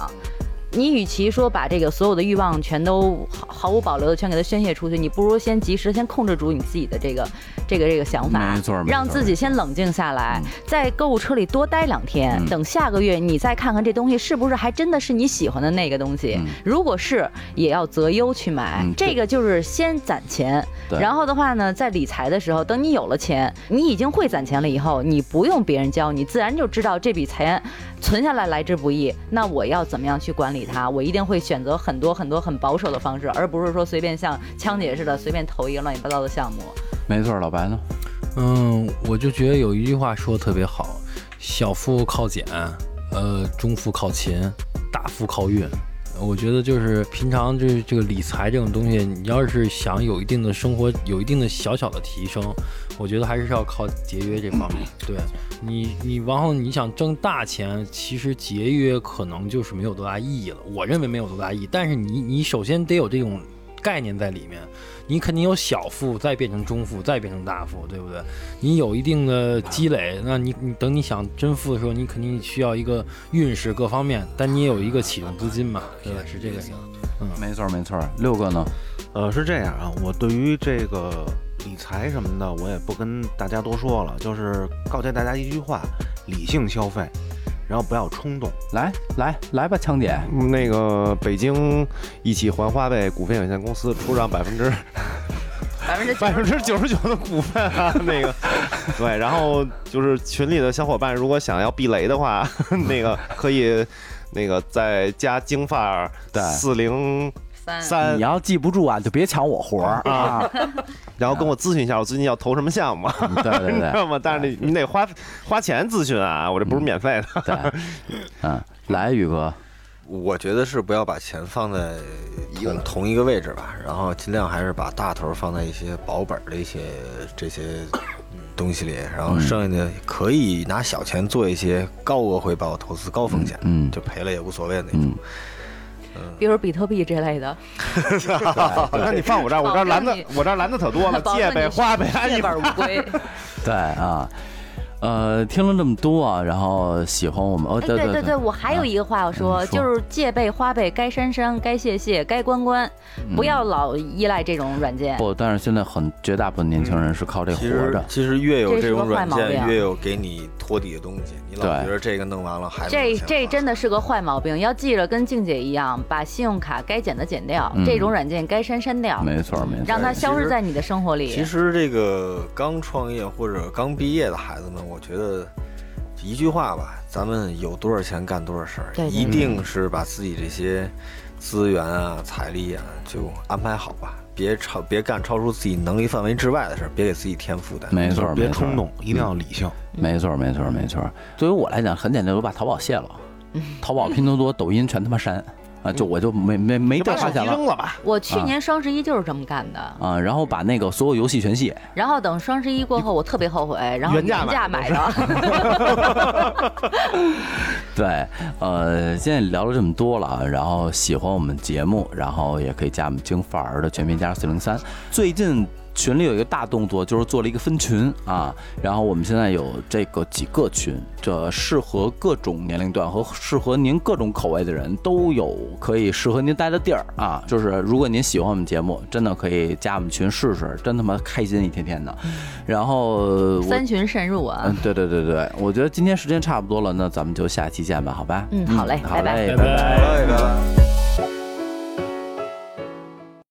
[SPEAKER 2] 你与其说把这个所有的欲望全都毫毫无保留的全给它宣泄出去，你不如先及时先控制住你自己的这个这个这个想法，
[SPEAKER 1] 没错没错
[SPEAKER 2] 让自己先冷静下来，在购物车里多待两天，
[SPEAKER 1] 嗯
[SPEAKER 2] 等下个月你再看看这东西是不是还真的是你喜欢的那个东西。
[SPEAKER 1] 嗯
[SPEAKER 2] 如果是，也要择优去买。
[SPEAKER 1] 嗯对
[SPEAKER 2] 这个就是先攒钱，
[SPEAKER 1] 对
[SPEAKER 2] 然后的话呢，在理财的时候，等你有了钱，你已经会攒钱了以后，你不用别人教，你自然就知道这笔钱存下来来之不易。那我要怎么样去管理它？我一定会选择很多很多很保守的方式，而不是说随便像枪姐似的随便投一个乱七八糟的项目。
[SPEAKER 1] 没错，老白呢？
[SPEAKER 3] 嗯，我就觉得有一句话说的特别好：小富靠俭，呃，中富靠勤，大富靠运。我觉得就是平常这这个理财这种东西，你要是想有一定的生活，有一定的小小的提升，我觉得还是要靠节约这方面。对你，你然后你想挣大钱，其实节约可能就是没有多大意义了。我认为没有多大意义，但是你你首先得有这种概念在里面，你肯定有小富，再变成中富，再变成大富，对不对？你有一定的积累，那你你等你想真富的时候，你肯定需要一个运势各方面，但你也有一个启动资金嘛，对吧？是这个意思。
[SPEAKER 5] 嗯
[SPEAKER 1] 没错没错，六哥呢？
[SPEAKER 5] 呃，是这样啊，我对于这个理财什么的，我也不跟大家多说了，就是告诫大家一句话：理性消费，然后不要冲动。
[SPEAKER 1] 来来来吧，枪姐，
[SPEAKER 6] 嗯那个北京一起还花呗股份有限公司出让百分之
[SPEAKER 2] 百分之
[SPEAKER 6] 百分之九十九的股份啊，那个对，然后就是群里的小伙伴如果想要避雷的话， 那个可以那个再加京范儿
[SPEAKER 1] 对
[SPEAKER 6] 四零
[SPEAKER 2] 三
[SPEAKER 6] 三
[SPEAKER 5] 呃
[SPEAKER 1] 你，要记不住啊，就别抢我活儿啊！
[SPEAKER 6] 然后跟我咨询一下我最近要投什么项目。
[SPEAKER 1] 对对
[SPEAKER 6] 你 知
[SPEAKER 1] 对
[SPEAKER 6] 道吗？但是你你得花花钱咨询啊，我这不是免费 的。
[SPEAKER 1] 对，嗯，来宇哥，
[SPEAKER 4] 我觉得是不要把钱放在一个同一个位置吧，然后尽量还是把大头放在一些保本儿的一些这些东西里，然
[SPEAKER 1] 嗯
[SPEAKER 4] 后剩下的可以拿小钱做一些高额回报投资、高风险，
[SPEAKER 1] 嗯嗯
[SPEAKER 4] 就赔了也无所谓那种。
[SPEAKER 1] 嗯，
[SPEAKER 2] 比如比特币这类的，
[SPEAKER 6] 那你放我这儿，我这儿篮子
[SPEAKER 2] 保证，
[SPEAKER 6] 我这儿篮子可多 了，
[SPEAKER 2] 保证
[SPEAKER 6] 借呗、
[SPEAKER 2] 你
[SPEAKER 6] 花呗、哎安
[SPEAKER 2] 血
[SPEAKER 6] 逸
[SPEAKER 2] 本无 归。
[SPEAKER 1] 对啊，呃，听了这么多啊，然后喜欢我们哦，
[SPEAKER 2] 哎，
[SPEAKER 1] 对
[SPEAKER 2] 对对对，我还有一个话要说，
[SPEAKER 1] 嗯说
[SPEAKER 2] 就是戒备花呗，该删删，该卸卸，该关关，不要老依赖这种软件。
[SPEAKER 1] 不，哦但是现在很绝大部分年轻人是靠这活
[SPEAKER 4] 其
[SPEAKER 1] 着
[SPEAKER 4] 实，，其实越有这种软
[SPEAKER 2] 这是个坏毛病
[SPEAKER 4] 件，
[SPEAKER 2] 啊
[SPEAKER 4] 越有给你托底的东西。你老
[SPEAKER 1] 对
[SPEAKER 4] 觉得这个弄完了还
[SPEAKER 2] 这这真
[SPEAKER 4] 的
[SPEAKER 2] 的是个坏毛病，要记着跟静姐一样，把信用卡该减的减掉，
[SPEAKER 1] 嗯
[SPEAKER 2] 这种软件该删删掉，
[SPEAKER 1] 没错没错，
[SPEAKER 2] 让它消
[SPEAKER 4] 其
[SPEAKER 2] 失
[SPEAKER 4] 实
[SPEAKER 2] 在你的生活里。
[SPEAKER 4] 其实这个刚创业或者刚毕业的孩子们，我觉得一句话吧，咱们有多少钱干多少事儿，
[SPEAKER 2] 对对
[SPEAKER 4] 一定是把自己这些资源啊、财力啊就安排好吧，别超别干超出自己能力范围之外的事儿，别给自己添负担。
[SPEAKER 1] 没错，
[SPEAKER 5] 别
[SPEAKER 1] 没错
[SPEAKER 5] 冲动，一定要理性。
[SPEAKER 1] 没错，没错，没错。对于我来讲，很简单，我把淘宝卸了，淘宝、拼多多、抖音全他妈删啊！就我就没没没
[SPEAKER 6] 你
[SPEAKER 1] 地儿
[SPEAKER 6] 把手
[SPEAKER 1] 花
[SPEAKER 6] 机
[SPEAKER 1] 钱了
[SPEAKER 6] 扔了吧。
[SPEAKER 2] 我去年双十一就是这么干的，
[SPEAKER 1] 啊！然后把那个所有游戏全卸，
[SPEAKER 2] 然后等双十一过后，我特别后悔，然后原
[SPEAKER 6] 原价
[SPEAKER 2] 价买的。
[SPEAKER 1] 对，呃，现在聊了这么多了，啊，然后喜欢我们节目，然后也可以加我们京范儿的全拼加四零三。最近群里有一个大动作，就是做了一个分群啊，然后我们现在有这个几个群，这适合各种年龄段和适合您各种口味的人都有可以适合您待的地儿啊。就是如果您喜欢我们节目，真的可以加我们群试试，真他妈开心一天天的。然后我
[SPEAKER 2] 三巡慎入啊
[SPEAKER 1] 嗯，，对对对对，我觉得今天时间差不多了，那咱们就下期见吧，好吧？
[SPEAKER 2] 嗯好嘞
[SPEAKER 1] 好
[SPEAKER 2] 拜拜
[SPEAKER 1] 嘞，
[SPEAKER 3] 拜。
[SPEAKER 4] 拜拜。